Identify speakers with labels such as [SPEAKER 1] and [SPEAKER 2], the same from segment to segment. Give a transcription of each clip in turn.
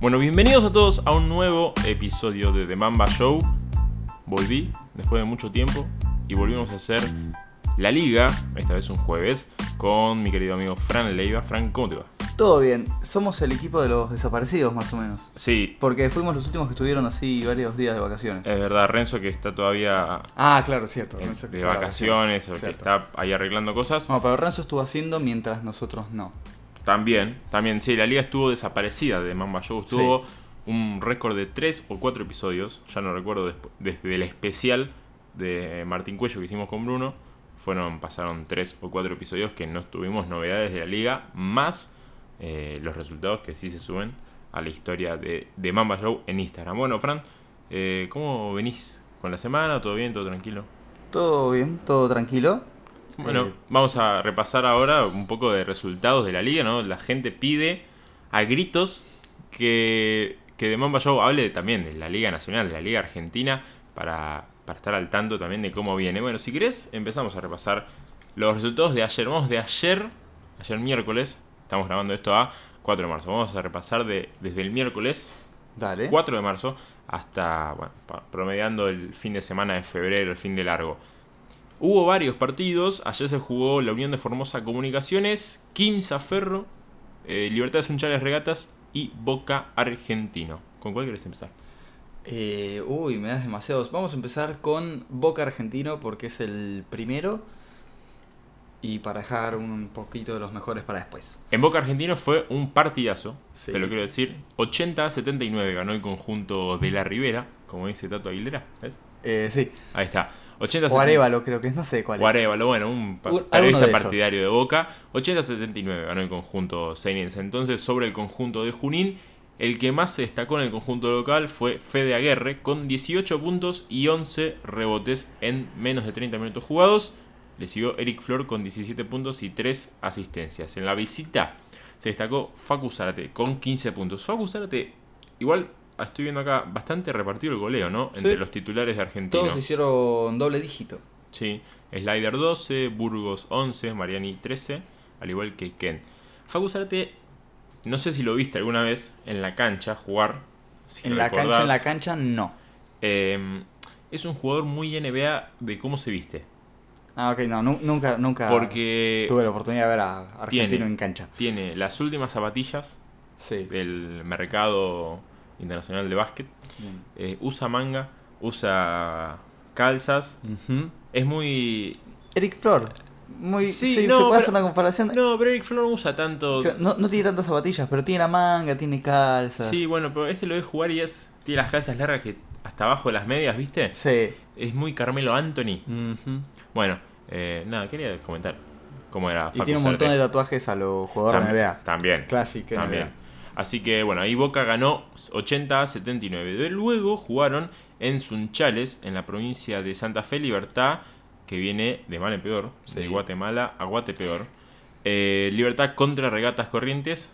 [SPEAKER 1] Bueno, bienvenidos a todos a un nuevo episodio de The Mamba Show. Volví después de mucho tiempo y volvimos a hacer la liga, esta vez un jueves, con mi querido amigo Fran Leiva. Fran, ¿cómo te va?
[SPEAKER 2] Todo bien, somos el equipo de los desaparecidos más o menos.
[SPEAKER 1] Sí,
[SPEAKER 2] Porque fuimos los últimos que estuvieron así varios días de vacaciones.
[SPEAKER 1] es verdad, Renzo que está todavía
[SPEAKER 2] ah, claro, cierto.
[SPEAKER 1] en-
[SPEAKER 2] Renzo
[SPEAKER 1] Eh, de
[SPEAKER 2] estaba
[SPEAKER 1] vacaciones, que
[SPEAKER 2] cierto.
[SPEAKER 1] está ahí arreglando cosas.
[SPEAKER 2] No, pero Renzo estuvo haciendo mientras nosotros no.
[SPEAKER 1] También, también, sí, la liga estuvo desaparecida de Mamba Show. Estuvo un récord de 3 o 4 episodios, ya no recuerdo, desp- desde el especial de Martín Cuello que hicimos con Bruno. Fueron, pasaron 3 o 4 episodios que no tuvimos novedades de la liga, más eh, los resultados que sí se suben a la historia de, de Mamba Show en Instagram. Bueno, Fran, eh, ¿cómo venís con la semana? ¿Todo bien? ¿Todo tranquilo?
[SPEAKER 2] Todo bien, todo tranquilo.
[SPEAKER 1] Bueno,
[SPEAKER 2] Eh,
[SPEAKER 1] vamos a repasar ahora un poco de resultados de la liga, ¿no? La gente pide a gritos que, que de Mamba Show hable también de la Liga Nacional, de la Liga Argentina, para, para estar al tanto también de cómo viene. Bueno, si querés, empezamos a repasar los resultados de ayer. Vamos de ayer, ayer miércoles, estamos grabando esto a 4 de marzo. Vamos a repasar de, desde el miércoles
[SPEAKER 2] dale.
[SPEAKER 1] 4 de marzo hasta, bueno, pa- promediando el fin de semana de febrero, el fin de largo. Hubo varios partidos, ayer se jugó la Unión de Formosa Comunicaciones, Quimsa Ferro, eh, Libertad Sunchales Regatas y Boca Argentino. ¿Con cuál querés empezar?
[SPEAKER 2] Eh, uy, me das demasiados. Vamos a empezar con Boca Argentino porque es el primero. Y para dejar un poquito de los mejores para después.
[SPEAKER 1] En Boca Argentino fue un partidazo,
[SPEAKER 2] Sí.
[SPEAKER 1] te lo quiero decir. 80 a 79 ganó el conjunto de la Ribera, como dice Tato Aguilera, ¿ves?
[SPEAKER 2] Eh, sí,
[SPEAKER 1] Ahí está. 80
[SPEAKER 2] o Arevalo creo que es, no sé cuál es.
[SPEAKER 1] Guarevalo, bueno, un pa-
[SPEAKER 2] Un- alguno
[SPEAKER 1] periodista
[SPEAKER 2] de esos.
[SPEAKER 1] partidario de Boca. 80-79 ganó el conjunto Seinense. Entonces, sobre el conjunto de Junín, el que más se destacó en el conjunto local fue Fede Aguerre, con 18 puntos y 11 rebotes en menos de 30 minutos jugados. Le siguió Eric Flor con 17 puntos y 3 asistencias. En la visita se destacó Facu Zárate con 15 puntos. Facu Zárate, igual estoy viendo acá, bastante repartido el goleo, ¿no? Entre
[SPEAKER 2] Sí.
[SPEAKER 1] los titulares de Argentina.
[SPEAKER 2] Todos hicieron doble dígito.
[SPEAKER 1] Sí, Slider 12, Burgos 11, Mariani 13, al igual que Ken. Facu Zárate, no sé si lo viste alguna vez en la cancha jugar. si
[SPEAKER 2] En la
[SPEAKER 1] recordás.
[SPEAKER 2] cancha, en la cancha no.
[SPEAKER 1] Eh, es un jugador muy NBA de cómo se viste.
[SPEAKER 2] Ah, ok, no, nu- nunca, nunca
[SPEAKER 1] Porque
[SPEAKER 2] tuve la oportunidad de ver a Argentino
[SPEAKER 1] Tiene.
[SPEAKER 2] en cancha.
[SPEAKER 1] tiene las últimas zapatillas
[SPEAKER 2] Sí.
[SPEAKER 1] del mercado internacional de básquet. eh, usa manga, usa calzas. Es muy...
[SPEAKER 2] Eric Flor. Muy,
[SPEAKER 1] Sí,
[SPEAKER 2] sí,
[SPEAKER 1] no,
[SPEAKER 2] se puede hacer
[SPEAKER 1] pero-
[SPEAKER 2] una comparación.
[SPEAKER 1] No, pero Eric Flor no usa tanto...
[SPEAKER 2] Que No, no tiene tantas zapatillas, pero tiene la manga, tiene calzas.
[SPEAKER 1] Sí, bueno, pero este lo de jugar y es. Tiene las calzas largas que hasta abajo de las medias, ¿viste?
[SPEAKER 2] Sí.
[SPEAKER 1] Es muy Carmelo Anthony. Bueno, eh, nada, quería comentar cómo era.
[SPEAKER 2] Y tiene un montón de tatuajes a los jugadores de NBA.
[SPEAKER 1] También.
[SPEAKER 2] Clásico.
[SPEAKER 1] También. Así que bueno, ahí Boca ganó 80 a 79. De luego jugaron en Sunchales, en la provincia de Santa Fe, Libertad, que viene de mal en peor, de
[SPEAKER 2] Sí.
[SPEAKER 1] Guatemala a Guatepeor. Eh, Libertad contra Regatas Corrientes,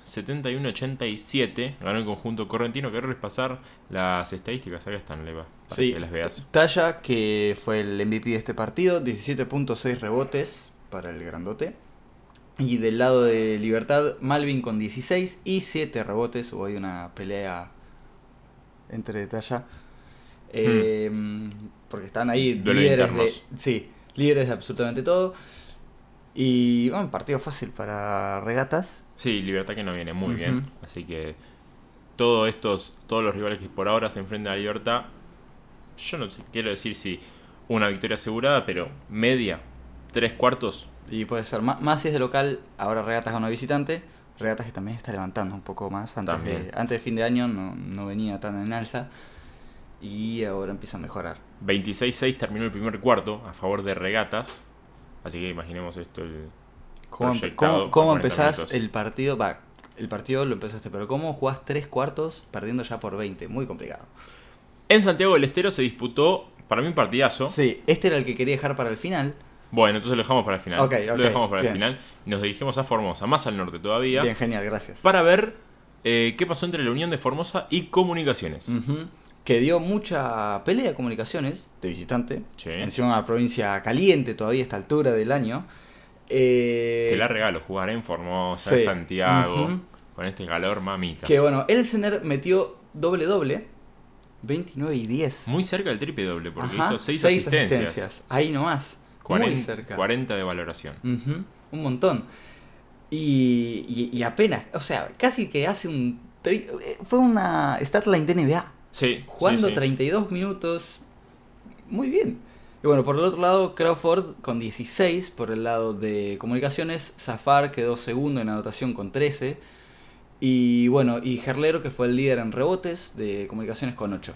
[SPEAKER 1] 71-87. Ganó el conjunto correntino. Quiero repasar las estadísticas. Acá están, Leva, para
[SPEAKER 2] Sí.
[SPEAKER 1] que las veas.
[SPEAKER 2] Talla, que fue el MVP de este partido, 17.6 rebotes para el grandote. Y del lado de Libertad, Malvin con 16 y 7 rebotes. Hubo ahí una pelea entre Talla. Eh, Porque están ahí
[SPEAKER 1] Hmm. Duelo de
[SPEAKER 2] líderes
[SPEAKER 1] internos.
[SPEAKER 2] de, sí, líderes de absolutamente todo. Y bueno, partido fácil para regatas.
[SPEAKER 1] Sí, Libertad que no viene muy
[SPEAKER 2] Ujú.
[SPEAKER 1] bien. Así que todos estos, todos los rivales que por ahora se enfrentan a Libertad, yo no sé, quiero decir si una victoria asegurada, pero media, tres cuartos.
[SPEAKER 2] Y puede ser ma- más si es de local, ahora regatas a una visitante. Regatas que también está levantando un poco más. Antes, de,
[SPEAKER 1] También.
[SPEAKER 2] antes de fin de año no, no venía tan en alza. Y ahora empieza a mejorar.
[SPEAKER 1] 26-6 terminó el primer cuarto a favor de Regatas. Así que imaginemos esto el...
[SPEAKER 2] ¿Cómo,
[SPEAKER 1] Proyectado
[SPEAKER 2] cómo-
[SPEAKER 1] por
[SPEAKER 2] cómo
[SPEAKER 1] 40
[SPEAKER 2] empezás
[SPEAKER 1] minutos.
[SPEAKER 2] el partido? Va, el partido lo empezaste, pero ¿cómo jugás tres cuartos perdiendo ya por 20? Muy complicado.
[SPEAKER 1] En Santiago del Estero se disputó, para mí un partidazo.
[SPEAKER 2] Sí, este era el que quería dejar para el final.
[SPEAKER 1] Bueno, entonces lo dejamos para el final.
[SPEAKER 2] Ok, ok,
[SPEAKER 1] lo dejamos para
[SPEAKER 2] bien.
[SPEAKER 1] el final. Nos dirigimos a Formosa, más al norte todavía,
[SPEAKER 2] Bien, genial, gracias.
[SPEAKER 1] para ver eh, qué pasó entre la Unión de Formosa y Comunicaciones.
[SPEAKER 2] Ujú. Que dio mucha pelea de comunicaciones de visitante.
[SPEAKER 1] Sí.
[SPEAKER 2] Encima una provincia caliente todavía a esta altura del año. Eh,
[SPEAKER 1] Te la regalo, jugar en Formosa, en
[SPEAKER 2] sí.
[SPEAKER 1] Santiago,
[SPEAKER 2] Ujú.
[SPEAKER 1] con Con este calor, mamita.
[SPEAKER 2] Que bueno, Elsener metió doble doble, 29 y 10.
[SPEAKER 1] Muy cerca del triple doble, porque
[SPEAKER 2] Ajá,
[SPEAKER 1] hizo 6
[SPEAKER 2] seis
[SPEAKER 1] asistencias.
[SPEAKER 2] Ahí nomás.
[SPEAKER 1] 40,
[SPEAKER 2] muy cerca.
[SPEAKER 1] 40 de valoración.
[SPEAKER 2] Ujú, Un montón. Y, y- y apenas, o sea, casi que hace un... tri- eh, Fue una statline de NBA.
[SPEAKER 1] Sí.
[SPEAKER 2] Jugando
[SPEAKER 1] sí, sí.
[SPEAKER 2] 32 minutos. Muy bien. Y bueno, por el otro lado, Crawford con 16. Por el lado de comunicaciones, Zafar quedó segundo en anotación con 13. Y bueno, y Gerlero, que fue el líder en rebotes de comunicaciones con 8.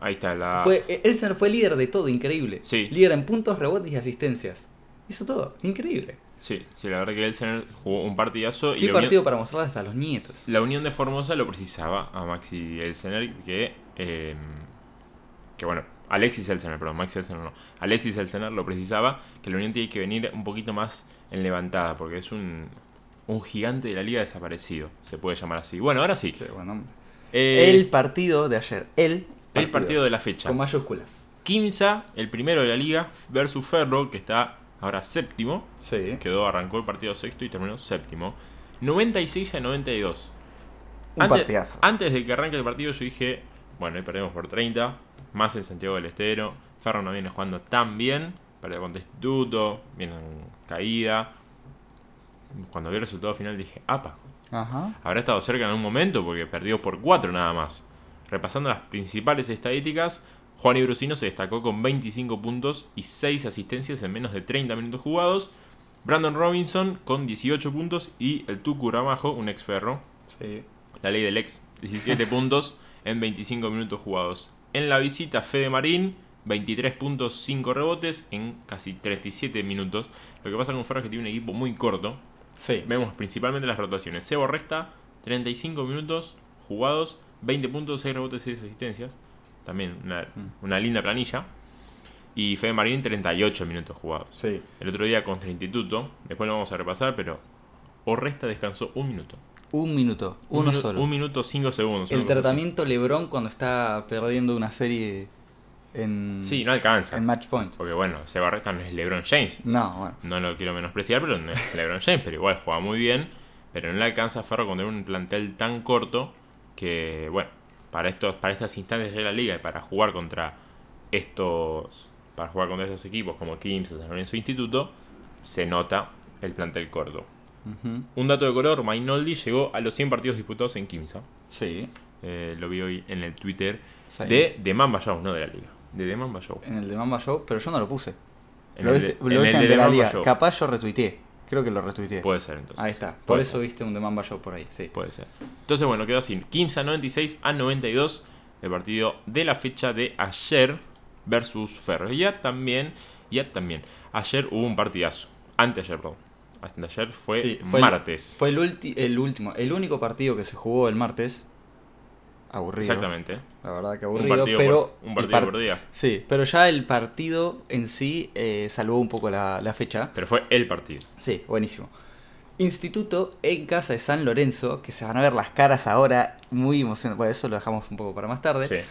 [SPEAKER 1] Ahí está la.
[SPEAKER 2] Fue, eh, Elsen fue líder de todo, increíble.
[SPEAKER 1] Ah. Sí.
[SPEAKER 2] Líder en puntos, rebotes y asistencias. Hizo todo, increíble.
[SPEAKER 1] Sí, sí, la verdad que Elsener jugó un partidazo. y
[SPEAKER 2] Qué
[SPEAKER 1] la
[SPEAKER 2] partido
[SPEAKER 1] Unión,
[SPEAKER 2] para mostrarle hasta a los nietos.
[SPEAKER 1] la Unión de Formosa lo precisaba a Maxi Elsener, que. eh, que bueno, Alexis Elsener, perdón, Maxi Elsener no. Alexis Elsener lo precisaba, que la Unión tiene que venir un poquito más en levantada, porque es un. Un gigante de la liga desaparecido, se puede llamar así. Bueno, ahora sí.
[SPEAKER 2] Qué buen hombre.
[SPEAKER 1] Eh,
[SPEAKER 2] el partido de ayer. El partido.
[SPEAKER 1] el partido de la fecha.
[SPEAKER 2] Con mayúsculas.
[SPEAKER 1] Quimsa, el primero de la liga, versus Ferro, que está ahora séptimo.
[SPEAKER 2] Sí.
[SPEAKER 1] Quedó, arrancó el partido sexto y terminó séptimo. 96 a 92.
[SPEAKER 2] Un
[SPEAKER 1] antes,
[SPEAKER 2] partidazo.
[SPEAKER 1] Antes de que arranque el partido, yo dije, bueno, ahí perdemos por 30. Más en Santiago del Estero. Ferro no viene jugando tan bien. Perdió contra Instituto, viene en caída. Cuando vi el resultado final dije, apa,
[SPEAKER 2] Ajá.
[SPEAKER 1] habrá estado cerca en algún momento porque perdió por 4 nada más. Repasando las principales estadísticas, Juan Ibrusino se destacó con 25 puntos y 6 asistencias en menos de 30 minutos jugados. Brandon Robinson con 18 puntos y el Tucu Ramajo, un ex ferro,
[SPEAKER 2] Sí.
[SPEAKER 1] la ley del ex, 17 puntos en 25 minutos jugados. En la visita, Fede Marín, 23 puntos, 5 rebotes en casi 37 minutos. Lo que pasa con Ferro es que tiene un equipo muy corto,
[SPEAKER 2] Sí.
[SPEAKER 1] Vemos principalmente las rotaciones. Sebo Resta, 35 minutos jugados, 20 puntos, 6 rebotes, 6 asistencias. También una,
[SPEAKER 2] Mm.
[SPEAKER 1] una linda planilla. Y Fede Marín, 38 minutos jugados.
[SPEAKER 2] Sí.
[SPEAKER 1] El otro día contra Instituto, después lo vamos a repasar, pero Orresta descansó un minuto.
[SPEAKER 2] Un minuto.
[SPEAKER 1] Un
[SPEAKER 2] Uno
[SPEAKER 1] minu-
[SPEAKER 2] solo.
[SPEAKER 1] Un minuto, 5 segundos.
[SPEAKER 2] el
[SPEAKER 1] una cosa
[SPEAKER 2] tratamiento Lebron cuando está perdiendo una serie en,
[SPEAKER 1] así. Sí, no alcanza.
[SPEAKER 2] en Match Point.
[SPEAKER 1] Porque bueno, Seba Resta no es LeBron James.
[SPEAKER 2] No, bueno.
[SPEAKER 1] No lo quiero menospreciar, pero no es LeBron James, pero igual juega muy bien. Pero no le alcanza a Ferro con tener un plantel tan corto que, bueno, para estos para estas instancias de la liga y para jugar contra estos para jugar contra estos equipos como Kimsa, San Lorenzo Instituto, se nota el plantel corto.
[SPEAKER 2] Ujú.
[SPEAKER 1] Un dato de color, Mainoldi llegó a los 100 partidos disputados en Kimsa.
[SPEAKER 2] Sí.
[SPEAKER 1] Eh, lo vi hoy en el Twitter
[SPEAKER 2] Sí.
[SPEAKER 1] de The Mamba Show, no de la liga. De The Mamba Show.
[SPEAKER 2] En el de Mamba Show, pero yo no lo puse.
[SPEAKER 1] En
[SPEAKER 2] Lo
[SPEAKER 1] el de-
[SPEAKER 2] viste, lo
[SPEAKER 1] en
[SPEAKER 2] viste
[SPEAKER 1] el
[SPEAKER 2] ante
[SPEAKER 1] de The
[SPEAKER 2] la
[SPEAKER 1] Mamba
[SPEAKER 2] liga.
[SPEAKER 1] Show.
[SPEAKER 2] Capaz yo retuiteé. Creo que lo retuiteé.
[SPEAKER 1] Puede ser entonces.
[SPEAKER 2] Ahí está. Por
[SPEAKER 1] Puede
[SPEAKER 2] eso
[SPEAKER 1] ser.
[SPEAKER 2] viste un de Mamba Show por ahí. Sí.
[SPEAKER 1] Puede ser. Entonces, bueno, quedó así. 15 a 96 a 92. El partido de la fecha de ayer versus Ferro. Y ya también, ya también. Ayer hubo un partidazo. Anteayer, perdón. Anteayer fue,
[SPEAKER 2] Sí,
[SPEAKER 1] martes.
[SPEAKER 2] El, fue el, ulti- el último, el único partido que se jugó el martes. Aburrido.
[SPEAKER 1] Exactamente.
[SPEAKER 2] La verdad que
[SPEAKER 1] Un
[SPEAKER 2] aburrido.
[SPEAKER 1] partido,
[SPEAKER 2] pero
[SPEAKER 1] por, un
[SPEAKER 2] el
[SPEAKER 1] partido
[SPEAKER 2] par-
[SPEAKER 1] por día.
[SPEAKER 2] Sí, pero ya el partido en sí eh, salvó un poco la, la fecha.
[SPEAKER 1] Pero fue el partido.
[SPEAKER 2] Sí, buenísimo. Instituto en casa de San Lorenzo, que se van a ver las caras ahora, muy emocionante. Bueno, eso lo dejamos un poco para más tarde.
[SPEAKER 1] Sí.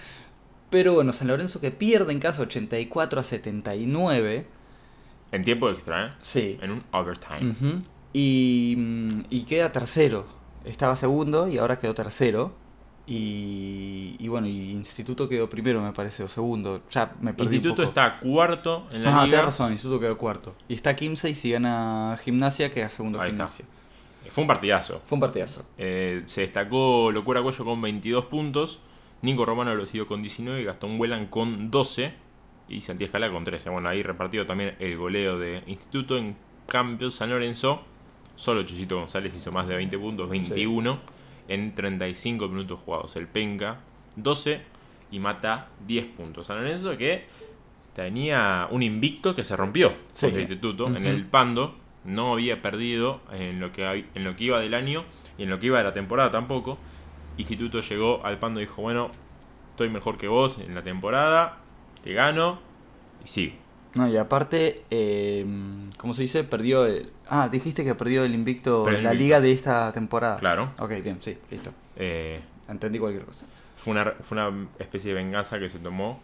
[SPEAKER 2] Pero bueno, San Lorenzo que pierde en casa 84 a 79.
[SPEAKER 1] En tiempo extra, ¿eh?
[SPEAKER 2] Sí. Mm.
[SPEAKER 1] En un overtime.
[SPEAKER 2] Ujú. y, mm, y queda tercero. Estaba segundo y ahora quedó tercero. Y, y bueno, y Instituto quedó primero, me parece, o segundo. Ya me perdí un
[SPEAKER 1] Instituto
[SPEAKER 2] poco.
[SPEAKER 1] está cuarto en la
[SPEAKER 2] Ah,
[SPEAKER 1] liga.
[SPEAKER 2] tenés razón, Instituto quedó cuarto. Y está 15 y si gana Gimnasia queda segundo
[SPEAKER 1] Ahí está.
[SPEAKER 2] Gimnasia.
[SPEAKER 1] Fue un partidazo.
[SPEAKER 2] Fue un partidazo.
[SPEAKER 1] Eh, se destacó Locura Cuello con 22 puntos, Nico Romano lo siguió con 19, Gastón Huelan con 12 y Santi Escala con 13. Bueno, ahí repartido también el goleo de Instituto. En cambio, San Lorenzo, solo Chuchito González hizo más de 20 puntos, 21 en 35 minutos jugados. El Penca, 12 y mata 10 puntos. San Lorenzo que tenía un invicto que se rompió
[SPEAKER 2] Sí.
[SPEAKER 1] contra Instituto en
[SPEAKER 2] Ujú.
[SPEAKER 1] el Pando. No había perdido en lo, que, hab- en lo que iba del año y en lo que iba de la temporada tampoco. Instituto llegó al Pando y dijo, bueno, estoy mejor que vos en la temporada, te gano y sigo.
[SPEAKER 2] No, y aparte, eh, ¿cómo se dice? Perdió el... Ah, dijiste que perdió el invicto
[SPEAKER 1] Perdió el
[SPEAKER 2] la
[SPEAKER 1] invicto.
[SPEAKER 2] liga de esta temporada.
[SPEAKER 1] Claro.
[SPEAKER 2] Ok, bien, sí, listo.
[SPEAKER 1] Eh,
[SPEAKER 2] Entendí cualquier cosa.
[SPEAKER 1] fue, una, fue una especie de venganza que se tomó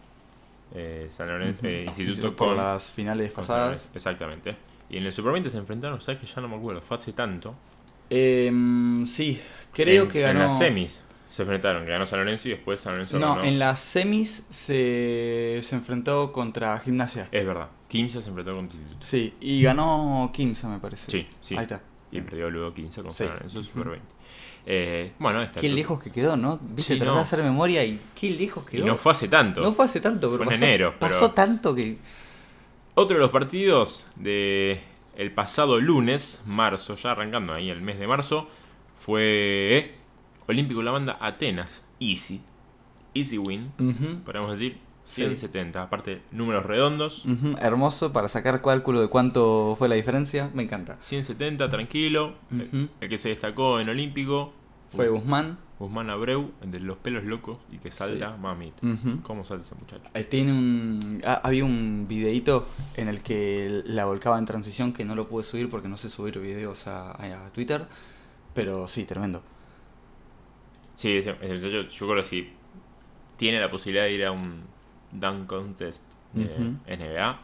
[SPEAKER 1] eh, San Lorenzo, eh, Instituto
[SPEAKER 2] por
[SPEAKER 1] con,
[SPEAKER 2] las finales
[SPEAKER 1] con San Lorenzo.
[SPEAKER 2] pasadas.
[SPEAKER 1] Exactamente. Y en el Supermente se enfrentaron, ¿sabes que ya no me acuerdo? Fue hace tanto.
[SPEAKER 2] Eh, sí, Creo
[SPEAKER 1] en,
[SPEAKER 2] que ganó.
[SPEAKER 1] En las semis se enfrentaron, que ganó San Lorenzo y después San Lorenzo
[SPEAKER 2] no,
[SPEAKER 1] ganó.
[SPEAKER 2] en las semis se, se enfrentó contra Gimnasia.
[SPEAKER 1] Es verdad. Kimsa se enfrentó con Instituto.
[SPEAKER 2] Sí, y ganó Kimsa, me parece.
[SPEAKER 1] Sí, sí.
[SPEAKER 2] Ahí está.
[SPEAKER 1] Y perdió luego 15 con
[SPEAKER 2] Mm. Sí.
[SPEAKER 1] San Lorenzo, Super 20. Eh, bueno, esta.
[SPEAKER 2] Qué
[SPEAKER 1] entonces-
[SPEAKER 2] lejos que quedó, ¿no? Viste,
[SPEAKER 1] Sí,
[SPEAKER 2] tratá
[SPEAKER 1] no.
[SPEAKER 2] de hacer memoria y qué lejos
[SPEAKER 1] Y
[SPEAKER 2] quedó.
[SPEAKER 1] no fue hace tanto.
[SPEAKER 2] No fue hace tanto, pero
[SPEAKER 1] Fue en
[SPEAKER 2] pasó,
[SPEAKER 1] enero, pero-
[SPEAKER 2] pasó tanto que...
[SPEAKER 1] Otro de los partidos de el pasado lunes, marzo, ya arrancando ahí el mes de marzo, fue eh, Olímpico La Banda Atenas. Easy. Easy win, podríamos decir.
[SPEAKER 2] Sí. Mm.
[SPEAKER 1] 170, aparte números redondos.
[SPEAKER 2] Ujú, Hermoso para sacar cálculo de cuánto fue la diferencia. Me encanta.
[SPEAKER 1] 170, tranquilo.
[SPEAKER 2] Ujú.
[SPEAKER 1] El que se destacó en Olímpico
[SPEAKER 2] Fue
[SPEAKER 1] Gu-
[SPEAKER 2] Guzmán.
[SPEAKER 1] Guzmán Abreu, el de los pelos locos y que salta, mami.
[SPEAKER 2] Ujú.
[SPEAKER 1] ¿Cómo salta ese muchacho?
[SPEAKER 2] Eh, Tiene un... ha- había un videíto en el que la volcaba en transición que no lo pude subir porque no sé subir videos a, a Twitter. Pero sí, tremendo.
[SPEAKER 1] Sí, ese, ese muchacho, yo creo que si tiene la posibilidad de ir a un dunk contest de
[SPEAKER 2] Ujú.
[SPEAKER 1] NBA,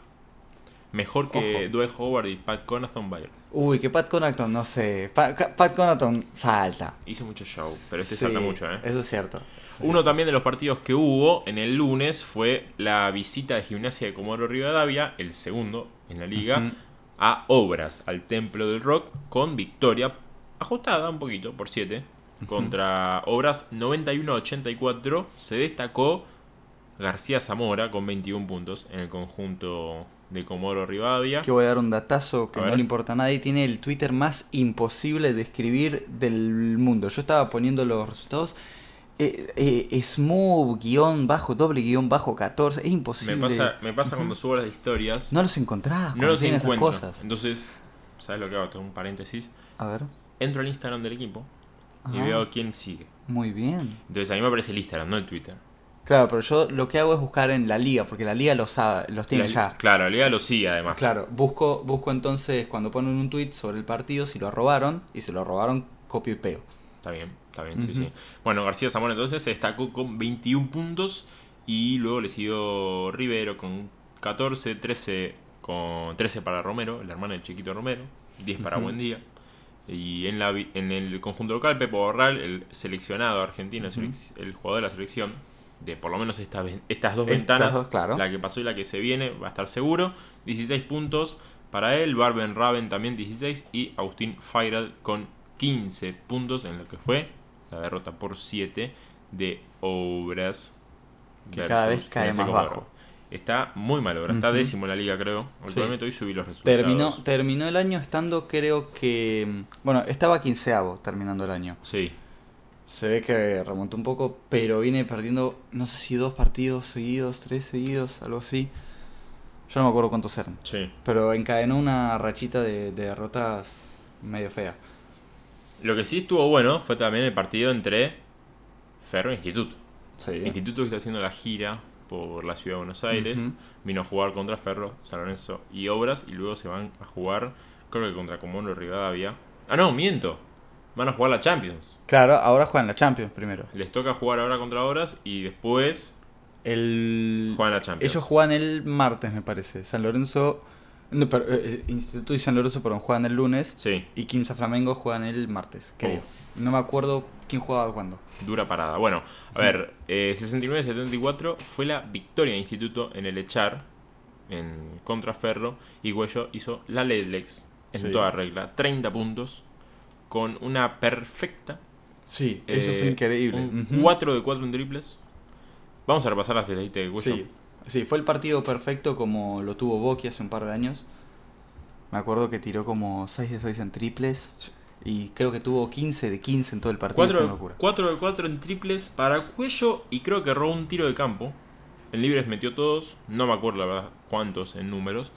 [SPEAKER 1] mejor que
[SPEAKER 2] Ojo.
[SPEAKER 1] Dwayne Howard y Pat Connaughton Bayer.
[SPEAKER 2] Uy, que Pat Conaton, no sé. Pa- Ca- Pat, Conaton salta.
[SPEAKER 1] Hizo mucho show, pero este
[SPEAKER 2] Sí,
[SPEAKER 1] salta mucho, ¿eh?
[SPEAKER 2] Eso es cierto.
[SPEAKER 1] Uno también de los partidos que hubo en el lunes fue la visita de Gimnasia de Comodoro Rivadavia, el segundo en la liga,
[SPEAKER 2] Ujú.
[SPEAKER 1] a Obras, al Templo del Rock, con victoria ajustada un poquito, por 7, contra Obras 91-84. Se destacó García Zamora con 21 puntos en el conjunto de Comodoro Rivadavia.
[SPEAKER 2] Que voy a dar un datazo que
[SPEAKER 1] A
[SPEAKER 2] no
[SPEAKER 1] ver.
[SPEAKER 2] le importa a nadie. Tiene el Twitter más imposible de escribir del mundo. Yo estaba poniendo los resultados. Eh, eh, smooth guión bajo doble guión bajo 14 es imposible
[SPEAKER 1] Me pasa, me pasa cuando subo las historias, no,
[SPEAKER 2] no los encontrás cuando
[SPEAKER 1] los
[SPEAKER 2] tienen esas
[SPEAKER 1] encuentro.
[SPEAKER 2] cosas
[SPEAKER 1] Entonces, ¿sabes lo que hago? Tengo un paréntesis.
[SPEAKER 2] a ver
[SPEAKER 1] Entro al Instagram del equipo y
[SPEAKER 2] Ajá.
[SPEAKER 1] veo quién sigue.
[SPEAKER 2] muy bien
[SPEAKER 1] Entonces a mí me aparece el Instagram, no el Twitter.
[SPEAKER 2] claro pero yo lo que hago es buscar en la liga porque la liga los sabe los tiene
[SPEAKER 1] La-
[SPEAKER 2] ya
[SPEAKER 1] Claro, la liga lo sigue además.
[SPEAKER 2] Claro, busco, busco entonces cuando ponen un tweet sobre el partido si lo robaron y se lo robaron copio y pego.
[SPEAKER 1] Está bien, está bien, sí, sí. Bueno, García Zamora entonces se destacó con 21 puntos y luego le siguió Rivero con 14, 13, con 13 para Romero, el hermano del chiquito Romero, 10 para Buendía. Y en, la, vi- en el conjunto local, Pepo Borral, el seleccionado argentino, el selec- el jugador de la selección, de por lo menos estas ven- estas dos
[SPEAKER 2] Estas
[SPEAKER 1] ventanas,
[SPEAKER 2] dos, claro.
[SPEAKER 1] la que pasó y la que se viene, va a estar seguro. 16 puntos para él, Barben Raven también 16 y Agustín Fairal con 15 puntos en lo que fue la derrota por 7 de Obras.
[SPEAKER 2] Que cada
[SPEAKER 1] versus
[SPEAKER 2] vez cae
[SPEAKER 1] Gimnasia
[SPEAKER 2] más
[SPEAKER 1] Comodoro.
[SPEAKER 2] bajo.
[SPEAKER 1] Está muy mal Obras, está
[SPEAKER 2] Ujú.
[SPEAKER 1] décimo en la liga creo. Actualmente hoy subí los resultados.
[SPEAKER 2] Terminó, terminó el año estando creo que... mm, Bueno, estaba quinceavo terminando el año.
[SPEAKER 1] Sí,
[SPEAKER 2] Se ve que remontó un poco, pero viene perdiendo, no sé si dos partidos seguidos, tres seguidos, algo así. Yo no me acuerdo cuántos eran.
[SPEAKER 1] sí.
[SPEAKER 2] Pero encadenó una rachita de, de derrotas medio fea.
[SPEAKER 1] Lo que sí estuvo bueno fue también el partido entre Ferro e Instituto. El
[SPEAKER 2] Sí.
[SPEAKER 1] Instituto que está haciendo la gira por la ciudad de Buenos Aires.
[SPEAKER 2] Ujú.
[SPEAKER 1] Vino a jugar contra Ferro, San Lorenzo y Obras. Y luego se van a jugar, creo que contra Comodoro Rivadavia. Ah, no, miento. Van a jugar la Champions.
[SPEAKER 2] Claro, ahora juegan la Champions primero.
[SPEAKER 1] Les toca jugar ahora contra Obras y después
[SPEAKER 2] El...
[SPEAKER 1] juegan la Champions.
[SPEAKER 2] Ellos juegan el martes, me parece. San Lorenzo... No, pero, eh, Instituto y San Lorenzo, perdón, juegan el lunes.
[SPEAKER 1] Sí,
[SPEAKER 2] Y Quimsa Flamengo juegan el martes, creo.
[SPEAKER 1] Oh.
[SPEAKER 2] No me acuerdo quién jugaba cuándo.
[SPEAKER 1] dura parada. Bueno, a ver, eh, 69-74 fue la victoria de Instituto en el Echar en contra Ferro. Y Guello hizo la Ledlex en
[SPEAKER 2] Sí.
[SPEAKER 1] toda regla. 30 puntos con una perfecta
[SPEAKER 2] Sí, eso
[SPEAKER 1] Eh,
[SPEAKER 2] fue increíble.
[SPEAKER 1] un
[SPEAKER 2] Ujú.
[SPEAKER 1] 4 de 4 en triples. Vamos a repasar las estadísticas de Cuello.
[SPEAKER 2] Sí. sí, fue el partido perfecto como lo tuvo Boqui hace un par de años. Me acuerdo que tiró como 6 de 6 en triples.
[SPEAKER 1] Sí.
[SPEAKER 2] Y creo que tuvo 15 de 15 en todo el partido. fue una
[SPEAKER 1] 4,
[SPEAKER 2] locura.
[SPEAKER 1] de 4 en triples para Cuello y creo que erró un tiro de campo. En libres metió todos, no me acuerdo la verdad cuántos en números.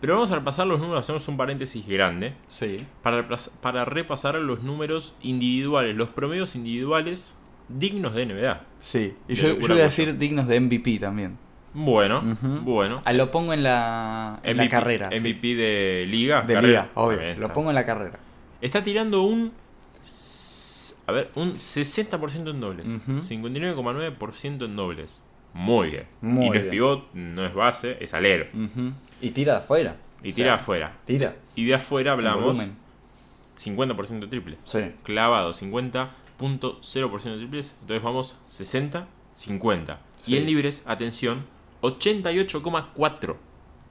[SPEAKER 1] Pero vamos a repasar los números, hacemos un paréntesis grande.
[SPEAKER 2] Sí.
[SPEAKER 1] Para, repras- para repasar los números individuales, los promedios individuales dignos de NBA.
[SPEAKER 2] Sí. Y
[SPEAKER 1] De
[SPEAKER 2] yo, yo
[SPEAKER 1] locura
[SPEAKER 2] voy a
[SPEAKER 1] Cuello.
[SPEAKER 2] decir dignos de MVP también.
[SPEAKER 1] Bueno,
[SPEAKER 2] Ujú.
[SPEAKER 1] bueno.
[SPEAKER 2] Ah, lo pongo en la, en la carrera. sí.
[SPEAKER 1] MVP de liga.
[SPEAKER 2] De
[SPEAKER 1] carrera.
[SPEAKER 2] liga, obvio.
[SPEAKER 1] También
[SPEAKER 2] Lo
[SPEAKER 1] está.
[SPEAKER 2] pongo en la carrera.
[SPEAKER 1] Está tirando un. s- A ver, un 60% en dobles.
[SPEAKER 2] Ujú.
[SPEAKER 1] 59,9% en dobles. Muy bien.
[SPEAKER 2] Muy
[SPEAKER 1] y no es
[SPEAKER 2] bien.
[SPEAKER 1] pivot, no es base, es alero.
[SPEAKER 2] Ujú. Y tira de afuera.
[SPEAKER 1] Y
[SPEAKER 2] O
[SPEAKER 1] tira
[SPEAKER 2] sea,
[SPEAKER 1] afuera.
[SPEAKER 2] Tira.
[SPEAKER 1] Y de afuera
[SPEAKER 2] en
[SPEAKER 1] hablamos
[SPEAKER 2] volumen.
[SPEAKER 1] 50% de triples.
[SPEAKER 2] Sí.
[SPEAKER 1] Clavado, 50 3.0% de triples. Entonces vamos 60, 50. Y en libres, atención, 88,4.